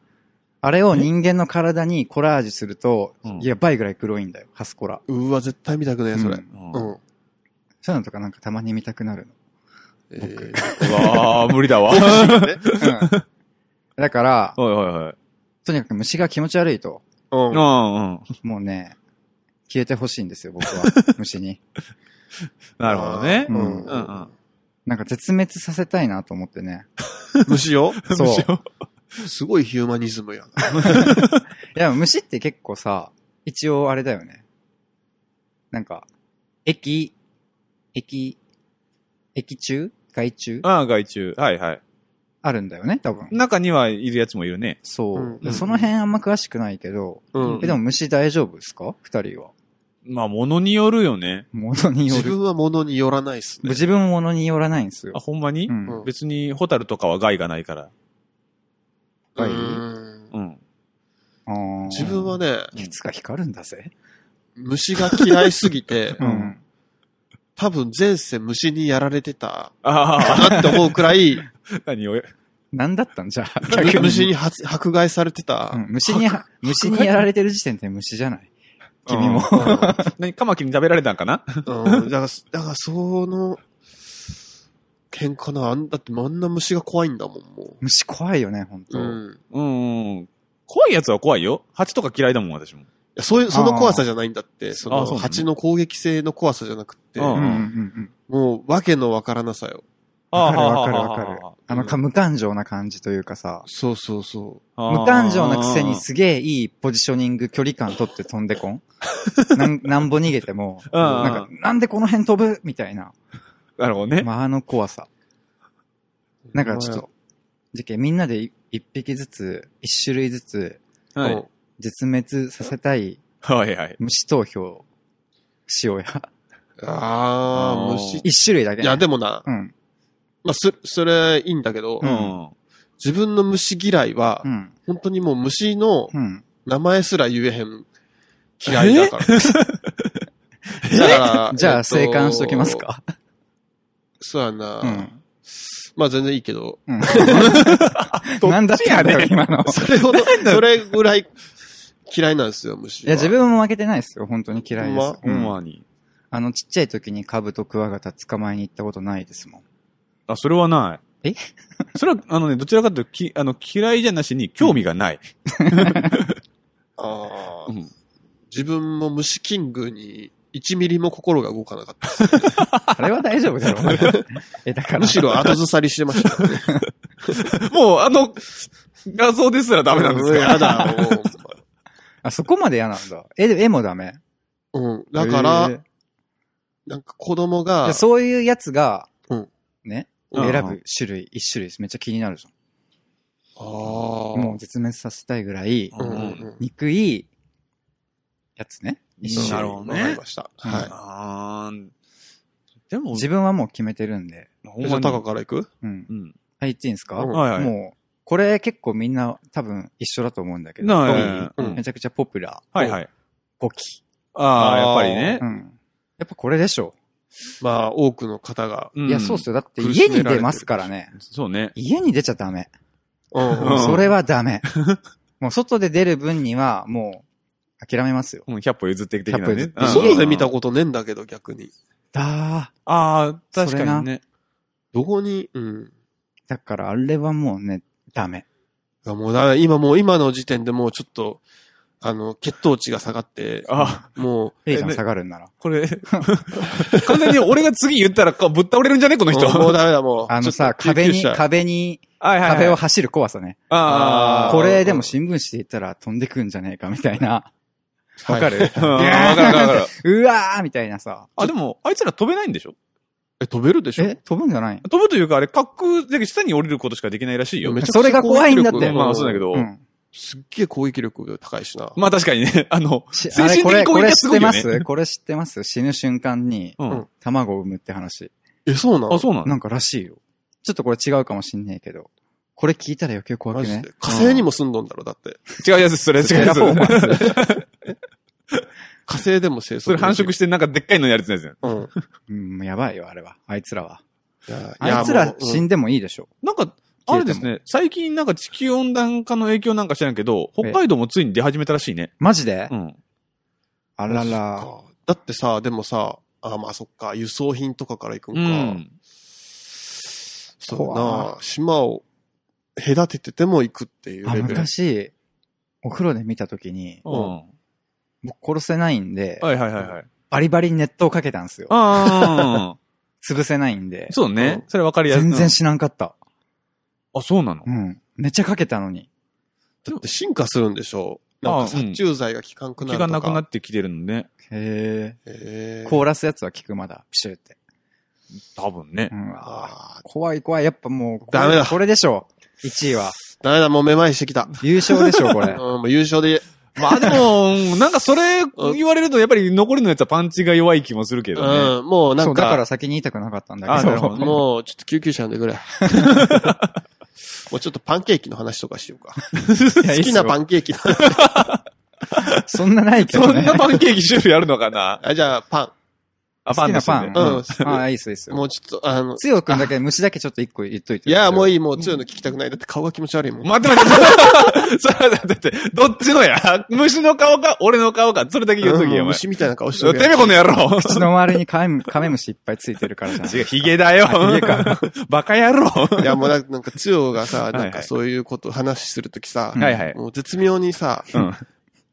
[SPEAKER 2] あれを人間の体にコラージュすると
[SPEAKER 3] うん、
[SPEAKER 2] やばいぐらい黒いんだよ、ハスコラ。
[SPEAKER 4] うわ、絶対見たくねえ、それ。
[SPEAKER 2] うん
[SPEAKER 4] う
[SPEAKER 3] うん
[SPEAKER 4] ん。
[SPEAKER 2] そういうのとかなんかたまに見たくなるの。
[SPEAKER 4] ええ。
[SPEAKER 3] うわー、無
[SPEAKER 2] [laughs]
[SPEAKER 3] 理だわ。はい [laughs]
[SPEAKER 2] うんだから、
[SPEAKER 3] はいはい。
[SPEAKER 2] とにかく虫が気持ち悪いと、
[SPEAKER 4] うん
[SPEAKER 3] う。んうん。
[SPEAKER 2] もうね、消えてほしいんですよ、僕は。虫に。
[SPEAKER 3] なるほどね
[SPEAKER 4] う。
[SPEAKER 2] うん
[SPEAKER 4] ん。
[SPEAKER 3] うんうん
[SPEAKER 2] なんか絶滅させたいなと思ってね。
[SPEAKER 4] [laughs] 虫よ
[SPEAKER 2] そう。い
[SPEAKER 4] すごいヒューマニズムやな。
[SPEAKER 2] や、虫って結構さ、一応あれだよね。なんか、液、駅、駅中外中あ
[SPEAKER 3] ああ、外注。はいはい。
[SPEAKER 2] るんだよね、多分。
[SPEAKER 3] 中にはいるやつもいるね。
[SPEAKER 2] そう。
[SPEAKER 4] うん
[SPEAKER 2] でその辺あんま詳しくないけど、
[SPEAKER 4] うん
[SPEAKER 2] えでも虫大丈夫ですか二人は。
[SPEAKER 3] まあ、ものによるよね。
[SPEAKER 2] ものによ
[SPEAKER 4] 自
[SPEAKER 2] る。
[SPEAKER 4] 分は物によらないっすね。
[SPEAKER 2] 自分もものによらないんですよ
[SPEAKER 3] あ、。ほんまに、
[SPEAKER 2] うん
[SPEAKER 4] うん
[SPEAKER 3] 別に、ホタルとかは害がないから。
[SPEAKER 2] 分はいう
[SPEAKER 4] ーん
[SPEAKER 3] うん。
[SPEAKER 2] あー
[SPEAKER 4] 自分はね、
[SPEAKER 2] ケツが光るんだぜ。
[SPEAKER 4] 虫が嫌いすぎて、
[SPEAKER 2] [laughs]
[SPEAKER 3] うん
[SPEAKER 2] うん。
[SPEAKER 4] 多分前世虫にやられてた
[SPEAKER 3] あ
[SPEAKER 4] なって思うくらい、
[SPEAKER 2] [laughs]
[SPEAKER 4] [laughs]
[SPEAKER 3] あ、何を、
[SPEAKER 2] なんだったんじゃあ、逆に。
[SPEAKER 4] 虫にはつ迫害されてた。
[SPEAKER 2] うん虫
[SPEAKER 4] [laughs]
[SPEAKER 2] に、虫にやられてる時点で虫じゃない。君も。
[SPEAKER 3] 何、カマキリに食べられたんかな
[SPEAKER 4] うん、だから、だからその、喧嘩な、あんだってあんな虫が怖いんだもん、も
[SPEAKER 2] 虫怖いよね、本
[SPEAKER 4] う。
[SPEAKER 2] 当
[SPEAKER 4] うん。い
[SPEAKER 3] うんうん。怖いやつは怖いよ。蜂とか嫌いだもん、私も。
[SPEAKER 4] やそういう、その怖さじゃないんだって、そ
[SPEAKER 3] あー
[SPEAKER 4] の
[SPEAKER 3] そうなの
[SPEAKER 4] 蜂の攻撃性の怖さじゃなくって、
[SPEAKER 3] うん
[SPEAKER 2] うんうんうん
[SPEAKER 4] もう、わけのわからなさよ。
[SPEAKER 2] うん。わかるわかるわか
[SPEAKER 3] あ
[SPEAKER 2] る
[SPEAKER 3] ー。
[SPEAKER 2] あのか、無感情な感じというかさ、
[SPEAKER 4] そうそうそ
[SPEAKER 3] あー
[SPEAKER 2] 無感情なくせにすげえいいポジショニング、距離感取って飛んでこん。なんなんぼ逃げても、
[SPEAKER 3] うんうん
[SPEAKER 2] なんか、なんでこの辺飛ぶみたいな。
[SPEAKER 3] なるほどね。
[SPEAKER 2] まあ、あの怖さ。
[SPEAKER 4] う。
[SPEAKER 2] なんかちょっと、じゃけみんなでい一匹ずつ、一種類ずつ、
[SPEAKER 4] お
[SPEAKER 3] は
[SPEAKER 4] 前
[SPEAKER 3] い
[SPEAKER 4] ら、。
[SPEAKER 2] 絶滅させたい
[SPEAKER 3] はいはい。
[SPEAKER 2] 虫投票しようや。 [laughs]
[SPEAKER 4] うんあ
[SPEAKER 3] あー
[SPEAKER 4] ー、虫。い
[SPEAKER 2] 一種類だけ、ね。
[SPEAKER 4] や、でもな、
[SPEAKER 2] うん。
[SPEAKER 4] まあ、す、それ、いいんだけど、
[SPEAKER 2] うん
[SPEAKER 4] 自分の虫嫌いは
[SPEAKER 2] う、ん。
[SPEAKER 4] 本当にもう虫の
[SPEAKER 2] うん。
[SPEAKER 4] 名前すら言えへん嫌い [laughs] だから。じゃ
[SPEAKER 2] じゃあ、
[SPEAKER 4] えっ
[SPEAKER 2] 生還しときます。か。
[SPEAKER 4] そうやな。
[SPEAKER 2] うん。
[SPEAKER 4] まあ全然いいけど。
[SPEAKER 2] うん。なんだったんだよ、今の。い
[SPEAKER 4] それほど、それぐらい嫌いなんですよ、虫は。
[SPEAKER 2] や、自分も負けてないですよ。本当に嫌いです。
[SPEAKER 3] ほ
[SPEAKER 2] う
[SPEAKER 3] ん
[SPEAKER 2] ん
[SPEAKER 3] まに。
[SPEAKER 2] あの、ちっちゃい時にカブとクワガタ捕まえに行ったことないです
[SPEAKER 4] [laughs]
[SPEAKER 2] もん。
[SPEAKER 3] あ、それはない。
[SPEAKER 2] え
[SPEAKER 3] [laughs] それは、あのね、どちらかというと、きあの、嫌いじゃなしに興味がない。 [laughs]
[SPEAKER 4] あー
[SPEAKER 3] うん
[SPEAKER 4] 自分も虫キングに1ミリも心が動かなか
[SPEAKER 3] [laughs]
[SPEAKER 4] った。
[SPEAKER 2] あれは大丈夫だろ、
[SPEAKER 4] [laughs]
[SPEAKER 2] え、だから。
[SPEAKER 4] むしろ後ずさりしてました。
[SPEAKER 3] もう、あの、画像です [laughs] らダメなんです
[SPEAKER 4] う
[SPEAKER 3] か
[SPEAKER 4] やだ、もう
[SPEAKER 2] あ、そこまで嫌なんだ。絵で、絵もダメ。
[SPEAKER 3] [laughs]
[SPEAKER 4] うん。だから
[SPEAKER 2] へー、
[SPEAKER 4] なんか子供
[SPEAKER 2] で
[SPEAKER 4] が、
[SPEAKER 2] そういうやつが、
[SPEAKER 4] うん
[SPEAKER 2] ね、
[SPEAKER 3] うん
[SPEAKER 2] 選ぶ種類、一種類です。めっちゃ気になるじ
[SPEAKER 4] あ
[SPEAKER 2] ゃ
[SPEAKER 4] ー
[SPEAKER 2] ん。もう絶滅させたいぐらい、
[SPEAKER 4] うんうん
[SPEAKER 2] 憎い、やつね。一
[SPEAKER 4] うん。
[SPEAKER 2] 種類。
[SPEAKER 3] なるほどね
[SPEAKER 4] わかりました。
[SPEAKER 2] うん
[SPEAKER 4] はい。
[SPEAKER 3] あーでも、
[SPEAKER 2] 自分はもう決めてるんで。
[SPEAKER 3] ほん
[SPEAKER 4] じゃ
[SPEAKER 3] ま
[SPEAKER 4] あ、
[SPEAKER 3] に
[SPEAKER 4] タカから行く
[SPEAKER 2] うん
[SPEAKER 3] う。ん。
[SPEAKER 2] あ、言っていいんですか、
[SPEAKER 4] うん
[SPEAKER 3] はいはい
[SPEAKER 2] もう、これ結構みんな多分一緒だと思うんだけど。
[SPEAKER 3] ない
[SPEAKER 4] うん
[SPEAKER 3] うん
[SPEAKER 2] めちゃくちゃポピュラー。
[SPEAKER 3] はいはい。
[SPEAKER 2] 5期。
[SPEAKER 3] ああ、やっぱりね
[SPEAKER 2] う。ん。やっぱこれでしょ。
[SPEAKER 4] まあ、多くの方が。
[SPEAKER 2] いや、そうっ
[SPEAKER 3] っ
[SPEAKER 2] すよ。だって
[SPEAKER 4] 苦しめら
[SPEAKER 2] 家
[SPEAKER 4] れてる
[SPEAKER 2] に出ますからね。
[SPEAKER 3] そうね。
[SPEAKER 2] 家に出ちゃダメ。
[SPEAKER 4] うん
[SPEAKER 3] うん
[SPEAKER 2] それはダメ。もう外で出る分には、もう、諦めますよ。
[SPEAKER 3] もう100歩譲って的な
[SPEAKER 2] 100歩譲
[SPEAKER 3] ね
[SPEAKER 2] っ。て
[SPEAKER 3] うん
[SPEAKER 4] 外で見たことねえんだけど、逆に。
[SPEAKER 2] だー。
[SPEAKER 3] ああ、確
[SPEAKER 2] それ
[SPEAKER 3] か
[SPEAKER 2] な
[SPEAKER 3] にね。
[SPEAKER 4] どこに、うん。
[SPEAKER 2] だからあれはもうね、ダメ。
[SPEAKER 4] いやもうだ、今もう、今の時点でもうちょっと、あの、血糖値が下がって、
[SPEAKER 3] あ
[SPEAKER 4] も
[SPEAKER 2] レイさん下がるんなら。
[SPEAKER 3] これ、完全に俺が次言ったらかぶっ倒れるんじ [laughs] ゃねこ
[SPEAKER 4] う、
[SPEAKER 3] の人。
[SPEAKER 4] もうもうダメだ、もう。
[SPEAKER 2] [laughs] あのさ、
[SPEAKER 4] ちょっと
[SPEAKER 2] 壁
[SPEAKER 4] 救急
[SPEAKER 2] に、
[SPEAKER 4] 車
[SPEAKER 2] 壁に、
[SPEAKER 3] はいはいはい。
[SPEAKER 2] 壁を走る怖さね。
[SPEAKER 3] ああ。
[SPEAKER 2] こ
[SPEAKER 4] う
[SPEAKER 2] れ
[SPEAKER 4] ん
[SPEAKER 2] でも新聞紙で言ったら飛んでくんじゃねえかみたいな。 [laughs] わかる、
[SPEAKER 4] はい
[SPEAKER 3] うんわかるわか [laughs] るわかる。
[SPEAKER 2] うわーみたいなさ。
[SPEAKER 3] あ、でも、あいつら飛べないんでしょ
[SPEAKER 4] [laughs] え、飛べるでしょ
[SPEAKER 2] え、飛ぶんじゃない
[SPEAKER 3] 飛ぶというか、あれ、滑空、だけど下に降りることしかできないらしいよ。
[SPEAKER 4] めちゃくちゃ
[SPEAKER 2] それが怖いんだって
[SPEAKER 4] 攻撃力
[SPEAKER 3] まあ、そうだけど。
[SPEAKER 2] うん。
[SPEAKER 4] すっげえ攻撃力高いしな。
[SPEAKER 3] まあ、確かにね。 [laughs] あの、
[SPEAKER 2] し
[SPEAKER 3] 精
[SPEAKER 2] あれ、
[SPEAKER 3] 神
[SPEAKER 2] これ、
[SPEAKER 3] 的攻
[SPEAKER 2] こ
[SPEAKER 3] 撃
[SPEAKER 2] れ
[SPEAKER 3] は
[SPEAKER 2] 知
[SPEAKER 3] す
[SPEAKER 2] っ
[SPEAKER 3] ご
[SPEAKER 2] て
[SPEAKER 3] いよ
[SPEAKER 2] ま
[SPEAKER 3] ね。
[SPEAKER 2] すこれ知ってます死ぬ瞬間に
[SPEAKER 3] うん。
[SPEAKER 2] 卵を産むって話。
[SPEAKER 4] え、そうな
[SPEAKER 3] あ、
[SPEAKER 4] の
[SPEAKER 3] そうな
[SPEAKER 2] な
[SPEAKER 3] の
[SPEAKER 2] んからしいよ。ちょっとこれ違うかもしんねえけど。これ聞いたら余計怖
[SPEAKER 4] マ
[SPEAKER 2] く
[SPEAKER 4] ジ
[SPEAKER 2] ね
[SPEAKER 4] で。。火星にも住んどんだろ、だって。
[SPEAKER 3] 違うやつです、それ。違うや
[SPEAKER 2] テラ
[SPEAKER 3] つ。
[SPEAKER 2] フォーマーズ
[SPEAKER 4] 火星でも生息。
[SPEAKER 3] それ繁殖してて、なんかでっかいのやるやつですね。
[SPEAKER 4] うん。い
[SPEAKER 2] [laughs] うん、やばいよ、あれは。あいつらは。
[SPEAKER 4] やいや
[SPEAKER 2] あいつら
[SPEAKER 4] もううん
[SPEAKER 2] 死んでもいいでしょ。
[SPEAKER 3] なんか、あれですね、最近なんか地球温暖化の影響なんか知らんけど、北海道もついに出始めたらしいね。
[SPEAKER 2] マジで
[SPEAKER 3] うん。
[SPEAKER 2] あらら。
[SPEAKER 4] そっかだってさ、でもさ、あ、まあそっか、輸送品とかから行く
[SPEAKER 3] うん
[SPEAKER 4] か。
[SPEAKER 3] ん。
[SPEAKER 4] そう
[SPEAKER 2] 怖
[SPEAKER 4] な、島を隔ててても行くっていう
[SPEAKER 2] あ、
[SPEAKER 4] レベル。
[SPEAKER 2] 昔、お風呂で見たときに、
[SPEAKER 3] う。
[SPEAKER 4] うんん
[SPEAKER 3] は
[SPEAKER 2] 僕殺せないんで、
[SPEAKER 3] いはいはいはい。
[SPEAKER 2] バリバリに熱湯かけたんですよ。
[SPEAKER 3] ああ。
[SPEAKER 2] 潰せないんで、
[SPEAKER 3] そうね。それわかりやすい。
[SPEAKER 2] 全然。死なんかった。
[SPEAKER 3] あ、そうなの
[SPEAKER 2] うん。めっちゃかけたのに。
[SPEAKER 4] だって進化するんでしょう。なん
[SPEAKER 3] あ
[SPEAKER 4] か殺虫剤が効かんくな
[SPEAKER 3] 気
[SPEAKER 4] ると
[SPEAKER 3] が
[SPEAKER 4] か。
[SPEAKER 3] なくなってきてるのね。
[SPEAKER 2] へえ。
[SPEAKER 4] えー
[SPEAKER 2] 凍らすやつは効くまだ、ピシューって。
[SPEAKER 3] 多分ね
[SPEAKER 2] う。ん、
[SPEAKER 4] ああ、
[SPEAKER 2] 怖い怖い。やっぱもう、これ
[SPEAKER 4] ダメだ
[SPEAKER 2] これでしょう。1位は。
[SPEAKER 4] ダメだ、もうめまいしてきた。
[SPEAKER 2] 優勝でしょう、こ
[SPEAKER 4] う
[SPEAKER 2] れ
[SPEAKER 4] ん、。もう優勝で、
[SPEAKER 3] まあでも、なんかそれ言われると、やっぱり残りのやつはパンチが弱い気もするけどね。
[SPEAKER 4] うん、もうな
[SPEAKER 2] そ
[SPEAKER 4] ん
[SPEAKER 2] う、だか
[SPEAKER 4] か、
[SPEAKER 2] ら先に言いたくなかったんだ
[SPEAKER 3] あ
[SPEAKER 2] け
[SPEAKER 3] な
[SPEAKER 2] ど
[SPEAKER 3] る。ほ
[SPEAKER 2] [laughs]
[SPEAKER 3] どね
[SPEAKER 4] もうちょっと救急車呼んでくれ。もうちょっとパンケーキの話とかしようか。
[SPEAKER 2] いや
[SPEAKER 4] 好きなパ
[SPEAKER 2] いいっ
[SPEAKER 4] ンケーキの話。
[SPEAKER 2] すよそんなないけ
[SPEAKER 3] そ
[SPEAKER 2] ど
[SPEAKER 3] ん
[SPEAKER 2] ね
[SPEAKER 3] な。パンケーキ種類あるのか
[SPEAKER 4] [laughs]
[SPEAKER 3] な
[SPEAKER 4] あじゃあ、パ
[SPEAKER 3] あ、
[SPEAKER 2] 好きな
[SPEAKER 3] の種
[SPEAKER 2] パ
[SPEAKER 3] 類
[SPEAKER 2] ン。
[SPEAKER 4] パンの種類
[SPEAKER 2] うんああ、いいっすよ、いいっす
[SPEAKER 4] ン。
[SPEAKER 2] よ。
[SPEAKER 4] もうちょっと、あの、
[SPEAKER 2] つよくんだけ虫だけちょっと一個言っといて。
[SPEAKER 4] いや、もう
[SPEAKER 2] い。
[SPEAKER 4] いい、もう強いの聞きたくない。だって顔が気持ち悪いもん。
[SPEAKER 3] 待って待って。それだって、どっちのや虫の顔か、俺の顔か、それだけ言うときよ、
[SPEAKER 4] うん
[SPEAKER 3] お前。
[SPEAKER 4] 虫みたいな顔して
[SPEAKER 3] て
[SPEAKER 4] る
[SPEAKER 3] めえこの野郎
[SPEAKER 2] 口の周りにカメカメムシいっぱいついてるからじゃん。
[SPEAKER 4] [laughs]
[SPEAKER 3] 違う、ヒゲだよ。
[SPEAKER 2] ヒゲか
[SPEAKER 3] バカ野郎。はい
[SPEAKER 4] や、もうなんか、なんか、つよがさ、
[SPEAKER 3] いはい
[SPEAKER 4] なんかそういうこと話するときさ、
[SPEAKER 3] いはい。
[SPEAKER 4] もう絶妙にさ、
[SPEAKER 3] うん。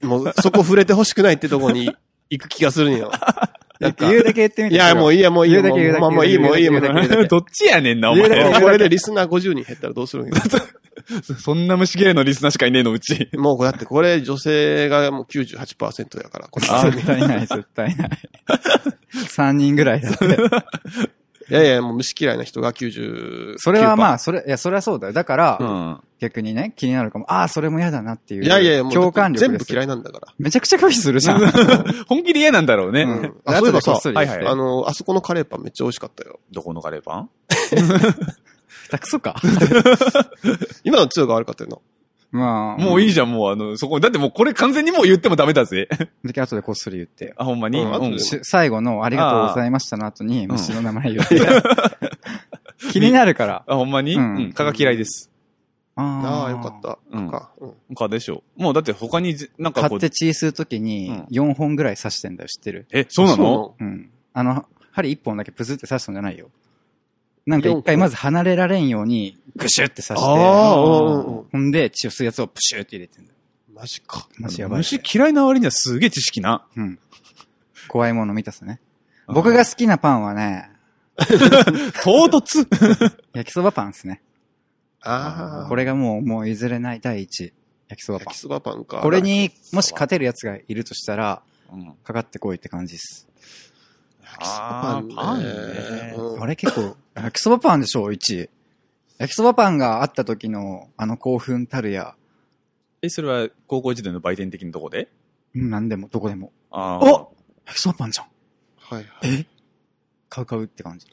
[SPEAKER 4] もうそこ触れてほしくないってとこに行く気がするんよ。なんか、
[SPEAKER 2] 言う
[SPEAKER 4] い
[SPEAKER 2] だけ言ってみて。
[SPEAKER 4] や、もういいや、もういい
[SPEAKER 2] 言
[SPEAKER 4] や、
[SPEAKER 2] うだけ
[SPEAKER 4] も
[SPEAKER 2] 言うだけ
[SPEAKER 4] うもういい、もういい、も
[SPEAKER 2] 言
[SPEAKER 4] う
[SPEAKER 2] うだけ
[SPEAKER 4] いい。もういい
[SPEAKER 3] [laughs] どっちやねんな、お
[SPEAKER 2] 言うだけ
[SPEAKER 3] 前。
[SPEAKER 4] これでリスナー50人減ったらどうする
[SPEAKER 2] [laughs]
[SPEAKER 4] んよ。
[SPEAKER 3] そんな虫嫌いのリスナーしかいねえの、うち。
[SPEAKER 4] もうだってこれ女性がもう98%やから、これ。
[SPEAKER 2] あ絶対ない、絶対ない。3人ぐらいだって。
[SPEAKER 4] [laughs] いやいや、もう虫嫌いな人が90。
[SPEAKER 2] それはま
[SPEAKER 4] あ。
[SPEAKER 2] あ、それ、いや、それはそうだよ。だから、
[SPEAKER 3] うん。
[SPEAKER 2] 逆にね、気になるかも。ああ、それも嫌だなっていう。
[SPEAKER 4] いやいや、もう
[SPEAKER 2] 共感力
[SPEAKER 4] 全
[SPEAKER 2] で
[SPEAKER 4] 部
[SPEAKER 2] す。
[SPEAKER 4] 嫌いなんだから。
[SPEAKER 2] めちゃくちゃ拒否するじゃん。
[SPEAKER 4] [laughs]
[SPEAKER 3] 本気で嫌なんだろうね。
[SPEAKER 4] うんあ
[SPEAKER 2] あ
[SPEAKER 4] そういえば
[SPEAKER 2] こ
[SPEAKER 4] さ
[SPEAKER 2] っそり言って
[SPEAKER 3] はいはい
[SPEAKER 4] あの、あそこのカレーパンめっちゃ美味しかったよ。
[SPEAKER 3] どこのカレーパン
[SPEAKER 2] 下手くそか。
[SPEAKER 4] 今の強が悪かったよな。
[SPEAKER 2] まあ。
[SPEAKER 3] もういいじゃん、もうあの、そこ、だってもうこれ完全にもう言ってもダメだぜ。
[SPEAKER 2] だけ後でこっそり言ってよ。
[SPEAKER 3] [laughs] あ、ほんまに。
[SPEAKER 4] うん
[SPEAKER 3] うん
[SPEAKER 4] 後で
[SPEAKER 2] し最後のありがとうございましたの後に虫の名前言って。 [laughs] 気になるから。
[SPEAKER 3] あ、ほんまにう
[SPEAKER 2] うん
[SPEAKER 3] ん。蚊が嫌いです。
[SPEAKER 4] あ
[SPEAKER 2] あ
[SPEAKER 4] あ、
[SPEAKER 2] あ、
[SPEAKER 4] よかった。
[SPEAKER 3] うん
[SPEAKER 4] かうん
[SPEAKER 3] 蚊でしょ。もうだって他にぜ、なんか
[SPEAKER 2] 買
[SPEAKER 3] こ
[SPEAKER 2] っ
[SPEAKER 3] う
[SPEAKER 2] て、血吸うときに
[SPEAKER 3] うん
[SPEAKER 2] 4本ぐらい刺してんだよ、知ってる。
[SPEAKER 3] え、そうなの
[SPEAKER 2] うん。あの、針1本だけプズって刺したんじゃないよ。なんか一
[SPEAKER 4] 四
[SPEAKER 2] 回
[SPEAKER 4] 本
[SPEAKER 2] まず離れられんように、ぐしゅって刺して、
[SPEAKER 4] ああ
[SPEAKER 2] うん
[SPEAKER 4] うんうんうん
[SPEAKER 2] ほんで血を吸うやつをプシュって入れてんだよ。
[SPEAKER 4] マジか。
[SPEAKER 2] マジやばい。
[SPEAKER 3] 虫嫌いな割にはすげえ知識な。
[SPEAKER 2] うん。怖いもの見たさね。僕が好きなパンはね、
[SPEAKER 3] 唐突
[SPEAKER 2] 焼きそばパンですね。
[SPEAKER 4] ああ。
[SPEAKER 2] これがもう、もう譲れない第一。焼きそばパ
[SPEAKER 4] 焼きそばパンか。
[SPEAKER 2] ン。これにもし勝てる奴がいるとしたら、
[SPEAKER 3] うん
[SPEAKER 2] かかってこいって感じです。
[SPEAKER 4] 焼きそばパンね。
[SPEAKER 3] あーパンね
[SPEAKER 4] うん
[SPEAKER 2] あれ結構、焼きそばパンでしょ、一位。焼きそばパンがあった時の、あの興奮たるや、
[SPEAKER 3] え、それは高校時代の売店的なとこで
[SPEAKER 2] うんなんでも、どこでも。
[SPEAKER 3] あー
[SPEAKER 2] お焼きそばパンじゃん。
[SPEAKER 4] はいはい。
[SPEAKER 2] え買う買うって感じ。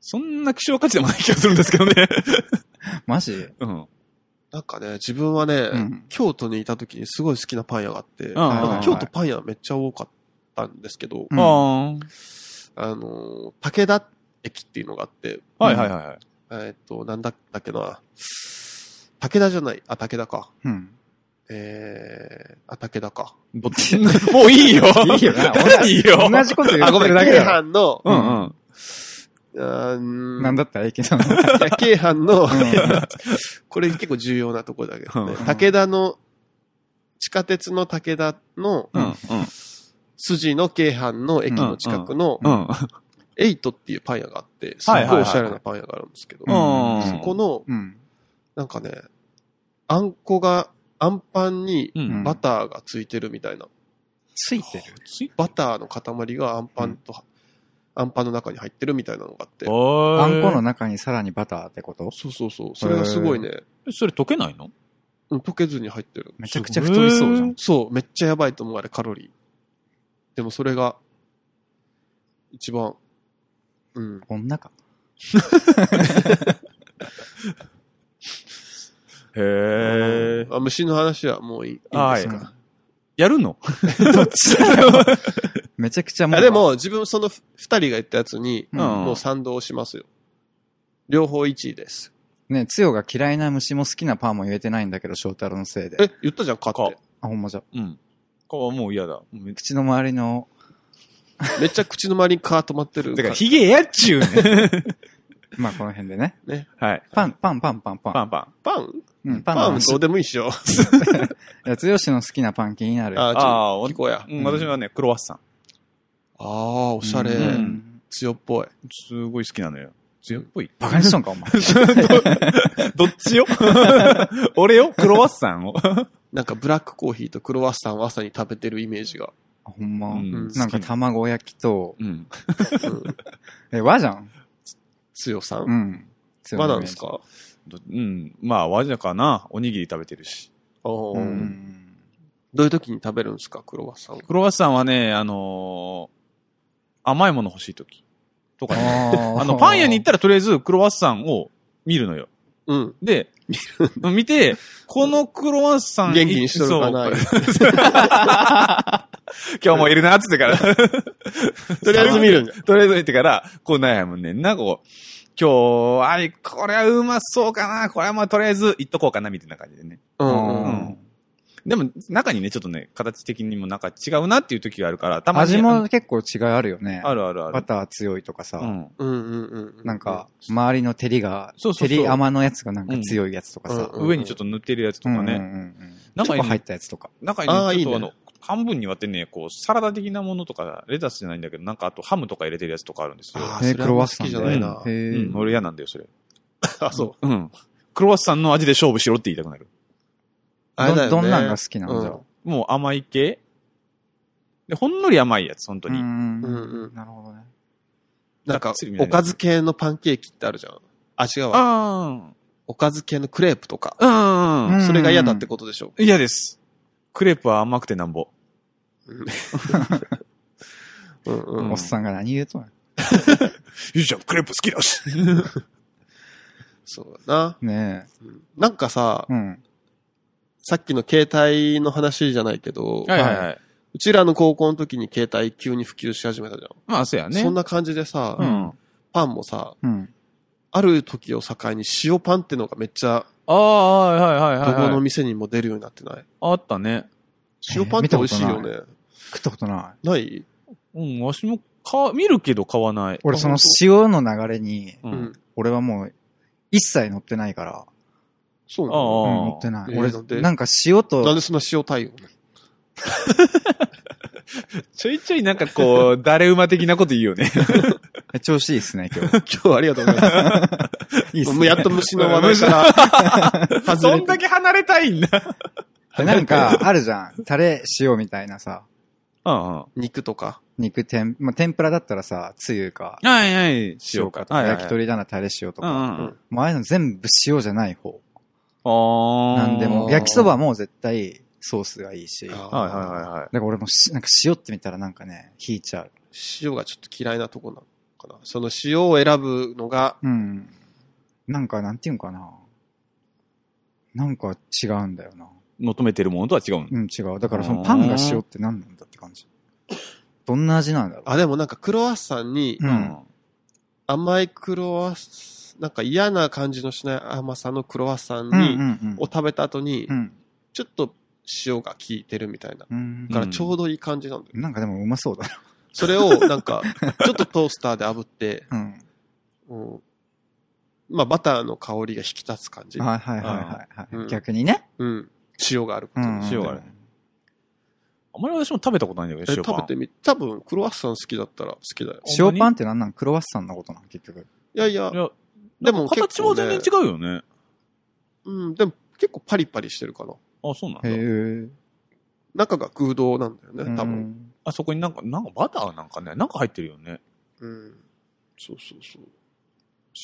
[SPEAKER 3] そんな希少価値でもない気がするんですけどね。
[SPEAKER 2] マジ
[SPEAKER 3] うん。
[SPEAKER 4] なんかね、自分はね、
[SPEAKER 2] ん
[SPEAKER 4] 京都にいた時にすごい好きなパン屋があって、
[SPEAKER 3] あ
[SPEAKER 4] なんか
[SPEAKER 2] はい
[SPEAKER 4] 京都パン屋めっちゃ多かったんですけど、
[SPEAKER 2] うん
[SPEAKER 3] あ
[SPEAKER 4] あのー、武田駅っていうのがあって、
[SPEAKER 3] あ。はいはいはいはい。
[SPEAKER 4] えーっと、なんだったっけな、武田じゃない、あ、武田か。
[SPEAKER 2] うん。
[SPEAKER 4] えー、あ、武田か。
[SPEAKER 3] どっち [laughs] もういいよ
[SPEAKER 2] いいよな。
[SPEAKER 3] いいよ
[SPEAKER 2] 同じこと言
[SPEAKER 4] あ、ご
[SPEAKER 2] ってる、
[SPEAKER 4] めん
[SPEAKER 2] だけ
[SPEAKER 4] 京
[SPEAKER 2] だよ。
[SPEAKER 4] 阪の、
[SPEAKER 3] うんうん。
[SPEAKER 4] あーん
[SPEAKER 2] なんだったらいいけど。
[SPEAKER 4] いや、 [laughs] 京阪の、
[SPEAKER 2] ん
[SPEAKER 4] これ結構重要なところだけどね
[SPEAKER 3] う。ん
[SPEAKER 4] 武田の、地下鉄の武田の
[SPEAKER 3] うんうん。
[SPEAKER 4] 筋の京阪の駅の近くの、
[SPEAKER 3] うん。
[SPEAKER 4] エイトっていうパン屋があって、すっ
[SPEAKER 3] はいはいはい
[SPEAKER 4] ごいおしゃれなパン屋があるんですけど、
[SPEAKER 3] うん
[SPEAKER 4] そこの、
[SPEAKER 2] うん。
[SPEAKER 4] なんかね、あんこが、あんパンに
[SPEAKER 3] うん
[SPEAKER 4] バターがついてるみたいな。
[SPEAKER 2] ついてる。
[SPEAKER 4] バターの塊があんパンと、あんパンの中に入ってるみたいなのがあって。
[SPEAKER 3] あ
[SPEAKER 2] あんこの中にさらにバターってこと
[SPEAKER 4] そうそうそう。それがすごいね、
[SPEAKER 3] それ溶けないの
[SPEAKER 4] うん溶けずに入ってる。
[SPEAKER 2] めちゃくちゃ太りそうじゃん。
[SPEAKER 4] そう、めっちゃやばいと思う、あれ、カロリー。でもそれが、一番、うん。
[SPEAKER 2] 女か。
[SPEAKER 3] へえ。
[SPEAKER 4] あ虫の話はもういいいいん
[SPEAKER 3] はい
[SPEAKER 4] ですか。
[SPEAKER 3] やるの
[SPEAKER 2] めちゃくちゃ
[SPEAKER 4] いやで、も、自分そのふ二人が言ったやつに、
[SPEAKER 2] うん
[SPEAKER 3] うん
[SPEAKER 4] もう賛同しますよ。両方1位です。
[SPEAKER 2] ね、つよが嫌いな虫も好きなパンも言えてないんだけど、翔太郎のせいで。
[SPEAKER 4] え、言ったじゃん、かって。
[SPEAKER 2] あ、ほんまじゃ。
[SPEAKER 3] うん。かはもう嫌だ。めっち
[SPEAKER 2] 口の周りの、
[SPEAKER 4] めっちゃ口の周りに蚊止まって
[SPEAKER 2] [laughs]
[SPEAKER 3] ゃ
[SPEAKER 4] る。
[SPEAKER 3] だから、ヒゲやっちゅうねん。
[SPEAKER 2] まあこの辺でね。
[SPEAKER 3] [laughs] はい。
[SPEAKER 2] パン、パン、パン、パン、パン。
[SPEAKER 3] パンパン。
[SPEAKER 4] パン
[SPEAKER 2] うん、パンの
[SPEAKER 4] パン
[SPEAKER 2] 話。
[SPEAKER 4] ど
[SPEAKER 2] いう
[SPEAKER 4] でもいいっしょ。
[SPEAKER 2] や、つよしの好きなパン気になる。
[SPEAKER 4] あー、ち
[SPEAKER 3] あ
[SPEAKER 4] ょ
[SPEAKER 3] ー
[SPEAKER 4] っと聞こうや。
[SPEAKER 3] うん、私はね、クロワッサン。
[SPEAKER 4] ああ、おしゃれ。
[SPEAKER 2] うん
[SPEAKER 4] 強っぽい。
[SPEAKER 3] すごい好きなのよ。強っぽい。
[SPEAKER 2] バカにしとんか、お前。
[SPEAKER 3] どっちよ [laughs] 俺よクロワッサンを。
[SPEAKER 4] なんかブラックコーヒーとクロワッサンを朝に食べてるイメージが。
[SPEAKER 2] ほんま。
[SPEAKER 3] うん
[SPEAKER 2] なんか卵焼きと、
[SPEAKER 3] うん。
[SPEAKER 4] うん
[SPEAKER 2] え、和じゃん。
[SPEAKER 4] つよさ。
[SPEAKER 2] うんん。
[SPEAKER 4] 和なんですか
[SPEAKER 3] どうん。まあ、和じゃかな。おにぎり食べてるし。
[SPEAKER 4] お
[SPEAKER 2] う
[SPEAKER 4] ー
[SPEAKER 2] ん。
[SPEAKER 4] どういう時に食べるんですか、クロワッサン。
[SPEAKER 3] クロワッサンはね、あのー甘いもの欲しいとき。とかね。
[SPEAKER 2] あ
[SPEAKER 3] あの、パン屋に行ったらとりあえずクロワッサンを見るのよ。
[SPEAKER 4] うん。
[SPEAKER 3] で、見て、このクロワッサン。
[SPEAKER 4] 元気にしとるかな。
[SPEAKER 3] そう今日もいるな、つって
[SPEAKER 4] [laughs]
[SPEAKER 3] から。
[SPEAKER 4] とりあえず見るんじゃ。
[SPEAKER 3] とりあえず見てから、こう悩むねんな、こう。今日、あい、これはうまそうかな、これはまあとりあえず行っとこうかな、みたいな感じでね。
[SPEAKER 4] う。
[SPEAKER 2] うん
[SPEAKER 4] うん
[SPEAKER 3] ん
[SPEAKER 2] ん。
[SPEAKER 3] でも、中にね、ちょっとね、形的にもなんか違うなっていう時があるから、たまに。
[SPEAKER 2] 味も結構違いあるよね。
[SPEAKER 3] あるあるあ
[SPEAKER 2] バ
[SPEAKER 3] る。
[SPEAKER 2] ター強いとかさ。
[SPEAKER 3] うん。
[SPEAKER 4] うんうんうん。
[SPEAKER 2] なんか、、周りの照りが、
[SPEAKER 3] そうそうそう
[SPEAKER 2] 照り甘のやつがなんか強いやつとかさ。
[SPEAKER 4] うん
[SPEAKER 3] 上にちょっと塗ってるやつとか
[SPEAKER 2] うんうん
[SPEAKER 3] ね。
[SPEAKER 2] うんうん。チ
[SPEAKER 3] 中
[SPEAKER 2] ョ
[SPEAKER 3] に
[SPEAKER 2] コ入ったやつとか。
[SPEAKER 3] 中
[SPEAKER 4] あー
[SPEAKER 3] にね、ちょっとあ
[SPEAKER 4] いいね
[SPEAKER 3] の、半分に割ってね、こう、サラダ的なものとか、レタスじゃないんだけど、なんかあとハムとか入れてるやつとかあるんですよ。
[SPEAKER 4] あー
[SPEAKER 2] え
[SPEAKER 4] それあんま好き
[SPEAKER 2] で
[SPEAKER 4] じゃないな
[SPEAKER 2] へ。
[SPEAKER 3] う
[SPEAKER 2] ー
[SPEAKER 3] ん、俺嫌なんだよ、それ。
[SPEAKER 4] あ、そう。
[SPEAKER 3] うん。クロワッサンの味で勝負しろって言いたくなる。
[SPEAKER 4] あれだよね
[SPEAKER 2] どんなんが好きなんだ
[SPEAKER 4] うん
[SPEAKER 2] ろ
[SPEAKER 3] もう甘い系で、ほんのり甘いやつ、本当
[SPEAKER 2] う。う
[SPEAKER 3] に。
[SPEAKER 2] ん
[SPEAKER 4] うんうん
[SPEAKER 2] なるほどね。
[SPEAKER 4] なんか
[SPEAKER 3] がっつり、みたい
[SPEAKER 4] お
[SPEAKER 3] な
[SPEAKER 4] かず系のパンケーキってあるじゃん。あ、違うわ。
[SPEAKER 3] あ
[SPEAKER 4] おかず系のクレープとか。
[SPEAKER 3] あ。うん。
[SPEAKER 4] それが嫌だってことでしょ。
[SPEAKER 3] 嫌です。クレープは甘くてなんぼ。
[SPEAKER 4] うんう
[SPEAKER 2] うん
[SPEAKER 4] ん
[SPEAKER 2] おっ。さんが何言うとんや
[SPEAKER 3] ゆうちゃん、クレープ好きだし。
[SPEAKER 4] そうだな。
[SPEAKER 2] ね
[SPEAKER 4] うんなんかさ
[SPEAKER 2] え。、うん。
[SPEAKER 4] さっきの携帯の話じゃないけど、
[SPEAKER 3] はいはいはい。
[SPEAKER 4] うちらの高校の時に携帯急に普及し始めたじゃ
[SPEAKER 3] まあ、そうや
[SPEAKER 4] ん。
[SPEAKER 3] ね。
[SPEAKER 4] そんな感じでさ、
[SPEAKER 3] うん。
[SPEAKER 4] パンもさ、
[SPEAKER 2] うん。
[SPEAKER 4] ある時を境に塩パンってのがめっちゃ、
[SPEAKER 3] ああ、はいはい
[SPEAKER 4] ど
[SPEAKER 3] はい、
[SPEAKER 4] この
[SPEAKER 3] はい。
[SPEAKER 4] 店にも出るようになってない
[SPEAKER 3] あったね。
[SPEAKER 2] ー
[SPEAKER 4] 塩パンって美味しいよね。
[SPEAKER 2] 食ったことない。
[SPEAKER 4] ない
[SPEAKER 3] うん、わしも、か、見るけど買わない。
[SPEAKER 2] 俺その
[SPEAKER 4] あ本
[SPEAKER 2] 塩の流れに、
[SPEAKER 3] う
[SPEAKER 4] うんん。。
[SPEAKER 2] 俺はもう、一切乗ってないから。
[SPEAKER 4] そうな
[SPEAKER 2] う
[SPEAKER 4] の
[SPEAKER 2] ん、
[SPEAKER 3] ああ
[SPEAKER 2] 乗ってな
[SPEAKER 4] え
[SPEAKER 2] い。
[SPEAKER 4] ー
[SPEAKER 2] 俺
[SPEAKER 4] なんで、
[SPEAKER 2] なんか塩
[SPEAKER 4] なん
[SPEAKER 2] と、
[SPEAKER 4] でそんな塩対応
[SPEAKER 3] ちょいちょいなんかこう、誰馬的なこと言うよね。
[SPEAKER 2] え調子いいっすね、今日。
[SPEAKER 4] 今日はありがとうございます。
[SPEAKER 2] いいっす
[SPEAKER 4] もう
[SPEAKER 2] ね
[SPEAKER 4] やっと虫の話から
[SPEAKER 2] [laughs]
[SPEAKER 4] 外
[SPEAKER 3] そ
[SPEAKER 4] れ
[SPEAKER 3] ん
[SPEAKER 4] て
[SPEAKER 3] だ。け離れたいんだ。
[SPEAKER 2] でなんか、あるじゃん。タレ、塩みたいなさ。
[SPEAKER 3] うんうん。
[SPEAKER 4] 肉とか。
[SPEAKER 2] 肉天、まあ、天ぷらだったらさ、つゆか、
[SPEAKER 3] はいはい、しようか
[SPEAKER 2] かと。か、焼き
[SPEAKER 3] り
[SPEAKER 2] 鳥だな、タレ塩と
[SPEAKER 3] うん
[SPEAKER 2] か。
[SPEAKER 3] うん。
[SPEAKER 2] もうああいうの全部塩じゃない方。
[SPEAKER 3] ああ。
[SPEAKER 2] なんでも、焼きそばも絶対ソースがいいし。だか
[SPEAKER 3] はいはいはいはい。
[SPEAKER 2] ら俺もし、なんか塩って見たらなんかね、引いちゃう。
[SPEAKER 4] 塩がちょっと嫌いなとこなのかな。その塩を選ぶのが、
[SPEAKER 2] うん。なんか、なんていうんかな。なんか違うんだよな。
[SPEAKER 3] 求めてるものとは違うの。
[SPEAKER 2] うん、違う。だからそのパンが塩って何なんだって感じ。どんな味なんだろう。
[SPEAKER 4] あ、でもなんかクロワッサンに
[SPEAKER 2] う、ん。
[SPEAKER 4] 甘いクロワッサン、なんか嫌な感じのしない甘さのクロワッサン
[SPEAKER 2] うん、う
[SPEAKER 4] に、
[SPEAKER 2] ん、
[SPEAKER 4] を食べた後に
[SPEAKER 2] う、ん。
[SPEAKER 4] ちょっと塩が効いてるみたいな。
[SPEAKER 2] うん
[SPEAKER 4] だ。からちょうどいい感じなんだよ。
[SPEAKER 2] なんかでもうまそうだな。
[SPEAKER 4] それをなんか、ちょっとトースターで炙って、
[SPEAKER 2] うん。
[SPEAKER 4] うんまあバターの香りが引き立つ感じ。
[SPEAKER 2] はいはいはいはい、
[SPEAKER 4] う
[SPEAKER 2] は
[SPEAKER 4] ん
[SPEAKER 2] い。逆にね。
[SPEAKER 4] うん。塩があるこ
[SPEAKER 2] う
[SPEAKER 4] と
[SPEAKER 2] ん
[SPEAKER 4] に。
[SPEAKER 3] 塩があるあまり私も食べたことないんだ
[SPEAKER 4] え
[SPEAKER 3] けど、塩パン。
[SPEAKER 4] 食べてみ、多分クロワッサン好きだったら好きだよ。
[SPEAKER 3] ほんま
[SPEAKER 2] 塩
[SPEAKER 3] に
[SPEAKER 2] パンってなんなんクロワッサンのことなん結局。
[SPEAKER 4] いやいや
[SPEAKER 3] い、や、
[SPEAKER 4] で
[SPEAKER 3] で
[SPEAKER 4] も
[SPEAKER 3] も
[SPEAKER 4] 結構ね
[SPEAKER 3] 形も全然違うよね。
[SPEAKER 4] うん、でも結構パリパリしてるかな。
[SPEAKER 3] あ、そうなん
[SPEAKER 2] へ
[SPEAKER 3] だ。
[SPEAKER 2] え。
[SPEAKER 4] 中が空洞なんだよね、多分。
[SPEAKER 3] あそこになんか、なんかバターなんかね、なんか入ってるよね。
[SPEAKER 4] うん。そうそうそう。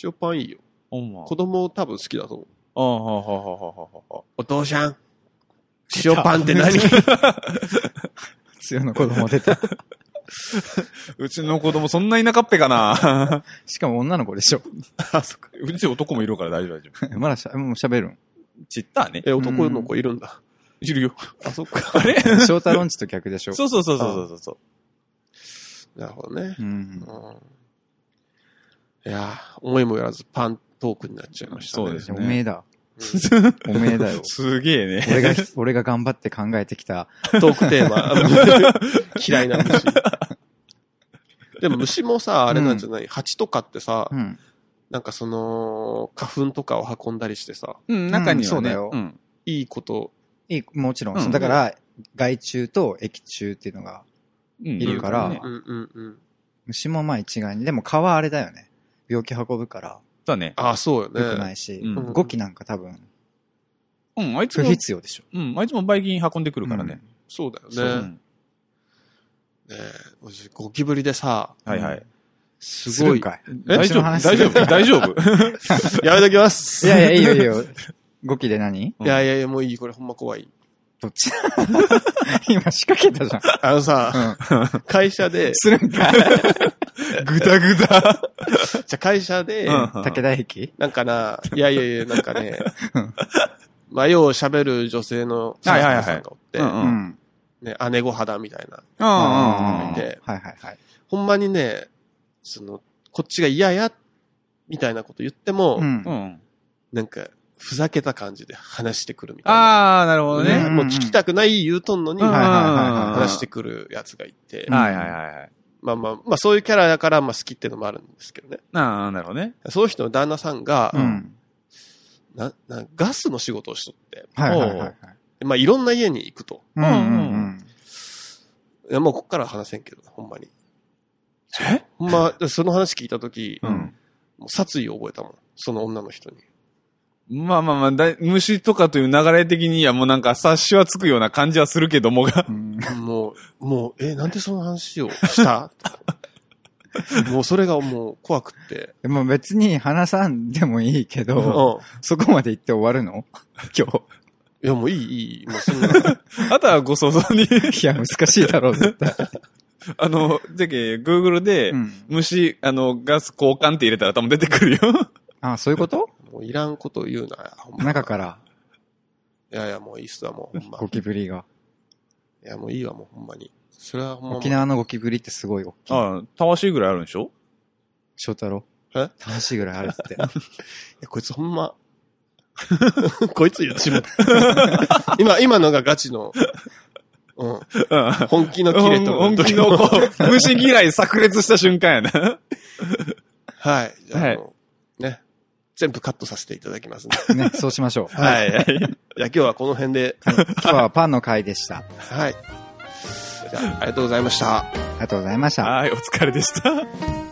[SPEAKER 4] 塩パンいいよ。
[SPEAKER 3] ほんま。
[SPEAKER 4] 子供多分好きだと思う。
[SPEAKER 3] ああ、はあはあはあはあは
[SPEAKER 4] お父さん。 [laughs] 塩パンって [laughs] 何
[SPEAKER 2] 強の子供出た。
[SPEAKER 3] あ。 [laughs] うちの子供そんな田舎っぺかな。 [laughs]
[SPEAKER 2] しかも女の子でしょ。
[SPEAKER 4] あ、そっか。
[SPEAKER 3] うち男もいるから大丈夫大丈夫。
[SPEAKER 2] まだしゃ、もう喋るん。
[SPEAKER 3] ちったね。
[SPEAKER 4] [laughs] え、男の子いるんだ。
[SPEAKER 3] いるよ。
[SPEAKER 4] あ、そっか。 [laughs]
[SPEAKER 3] あれ
[SPEAKER 2] 翔太ロンチと逆でしょ。
[SPEAKER 3] そうそうそうそうそうそう。
[SPEAKER 4] なるほどね
[SPEAKER 2] う。ん
[SPEAKER 4] う。ん。いやー、思いもよらずパントークになっちゃいましたね。
[SPEAKER 3] そうです。
[SPEAKER 2] おめえだ。
[SPEAKER 4] うん
[SPEAKER 2] おめえだよ
[SPEAKER 3] [laughs] すげえね。
[SPEAKER 2] 俺が、俺が頑張って考えてきた。
[SPEAKER 4] トークテーマ。 [laughs] 嫌いな虫。でも虫もさ、あれなんじゃない、蜂とかってさ、
[SPEAKER 2] うん。
[SPEAKER 4] なんかその、花粉とかを運んだりしてさ、
[SPEAKER 3] うん、中にはね。
[SPEAKER 2] うんそうだよ
[SPEAKER 3] ん。
[SPEAKER 4] いいこと、
[SPEAKER 2] いい、もちろん。
[SPEAKER 3] うん
[SPEAKER 2] だから、害虫と益虫っていうのが、
[SPEAKER 3] い
[SPEAKER 2] いるから
[SPEAKER 4] うんうんうん。
[SPEAKER 2] 虫もまあ一概に。でも蚊はあれだよね。病気運ぶから、
[SPEAKER 3] だね。
[SPEAKER 4] ああ、そうよね。
[SPEAKER 2] 良くないし
[SPEAKER 3] う。ん
[SPEAKER 4] うん
[SPEAKER 2] ゴキなんか多分、
[SPEAKER 3] うん、あいつ
[SPEAKER 2] 不
[SPEAKER 3] も、
[SPEAKER 2] 必要でしょ。
[SPEAKER 3] うん、あいつもバイキン運んでくるからね。
[SPEAKER 4] そうだよ
[SPEAKER 3] そう
[SPEAKER 4] ね。。ね私ゴキブリでさ、
[SPEAKER 3] はいはい。
[SPEAKER 4] すごい。
[SPEAKER 2] かい。
[SPEAKER 4] え
[SPEAKER 3] 大
[SPEAKER 2] そ
[SPEAKER 3] 丈夫
[SPEAKER 2] の
[SPEAKER 3] 大
[SPEAKER 2] 話 [laughs]
[SPEAKER 3] 丈 [laughs] 夫大丈夫
[SPEAKER 4] やめときます。
[SPEAKER 2] いやいや、いいよいいよ。語気で何
[SPEAKER 3] うん
[SPEAKER 4] いやいやいや、もういい、これほんま怖い。
[SPEAKER 2] どっち [laughs] 今仕掛けたじゃん。
[SPEAKER 4] あのさ、会社
[SPEAKER 2] [laughs]
[SPEAKER 4] で、
[SPEAKER 2] するんか。
[SPEAKER 3] ぐだぐだ。
[SPEAKER 4] じゃあ会社で、
[SPEAKER 2] 武田駅
[SPEAKER 4] なんかな、いやいやいや、なんかね、まあ、よう喋る女性の社員さんがおって、
[SPEAKER 3] はいはいはいうん
[SPEAKER 2] う
[SPEAKER 3] うん
[SPEAKER 2] ん。
[SPEAKER 4] ね、姉御肌みたいな。
[SPEAKER 3] うんうん
[SPEAKER 2] は
[SPEAKER 3] うん。
[SPEAKER 2] いはいはい。
[SPEAKER 4] ほんまにね、その、こっちが嫌や、みたいなこと言っても、
[SPEAKER 2] うん
[SPEAKER 3] うん。
[SPEAKER 4] なんか、ふざけた感じで話してくるみたいな。
[SPEAKER 3] あー、なるほど
[SPEAKER 4] ね
[SPEAKER 3] ね。
[SPEAKER 4] もう聞きたくない言うとんのに、
[SPEAKER 3] うん
[SPEAKER 4] 話してくるやつがいて、
[SPEAKER 2] ん
[SPEAKER 3] はいはいはいはい。
[SPEAKER 4] まあまあ、まあそういうキャラだから、まあ好きってのもあるんですけどね。
[SPEAKER 3] あー、なるほどね。
[SPEAKER 4] その人の旦那さんが、
[SPEAKER 2] うん。
[SPEAKER 4] ななガスの仕事をしとって、
[SPEAKER 2] はいはいはいはい。
[SPEAKER 4] でまあいろんな家に行くと。
[SPEAKER 2] うんうん
[SPEAKER 4] いやもうこっからは話せんけど、ほんまに。
[SPEAKER 3] え
[SPEAKER 4] ほんま、でその話聞いたとき、
[SPEAKER 3] うん
[SPEAKER 4] もう殺意を覚えたもん。その女の人に。
[SPEAKER 3] まあまあまあだい、虫とかという流れ的にはもうなんか察しはつくような感じはするけどもが [laughs]
[SPEAKER 2] う。ん。
[SPEAKER 4] もう、もう、え、なんでその話をしたもうそれがもう怖くって。
[SPEAKER 2] うん。もう別に話さんでもいいけ
[SPEAKER 4] うん。
[SPEAKER 2] ど、そこまで行って終わるの [laughs] 今
[SPEAKER 4] いや、もういい、いい。もうそんな。
[SPEAKER 3] あとはご想像に、
[SPEAKER 2] 日。いや、難しいだろう、絶対。
[SPEAKER 3] あの、じゃけ、Google で
[SPEAKER 2] う、ん。
[SPEAKER 3] 虫、あの、ガス交換って入れたら多分出てくるよ。
[SPEAKER 2] あ、そういうこと
[SPEAKER 4] もういらんこと言うな、ほんま。
[SPEAKER 2] 中から
[SPEAKER 4] いやいや、もういいっすわ、もうほんま。
[SPEAKER 2] ゴキブリが。
[SPEAKER 4] いや、もういいわ、もうほんまに。それはほんま。
[SPEAKER 2] 沖縄のゴキブリってすごい大きい。
[SPEAKER 3] [laughs] ああ、たわしいぐらいあるんでしょ
[SPEAKER 2] 翔太郎。
[SPEAKER 4] え
[SPEAKER 2] 楽しいぐらいあるって。
[SPEAKER 4] いやこいつほんま。こいつ言ってしまった。 [laughs] 今、今のがガチの、うん。
[SPEAKER 3] [laughs] うん。
[SPEAKER 4] 本気のキレ
[SPEAKER 3] [laughs]
[SPEAKER 4] と。
[SPEAKER 3] 本気のこう、虫嫌い炸裂した瞬間やな。
[SPEAKER 4] [laughs] はい。じゃあ、
[SPEAKER 3] はい
[SPEAKER 4] あのね。全部カットさせていただきますね。
[SPEAKER 2] ね、そうしましょう。
[SPEAKER 3] はいはい。
[SPEAKER 4] じゃあ今日はこの辺で、
[SPEAKER 2] 今日はパンの回でした。
[SPEAKER 4] はい。じゃあ、ありがとうございました。
[SPEAKER 2] ありがとうございました。
[SPEAKER 3] はい、お疲れでした。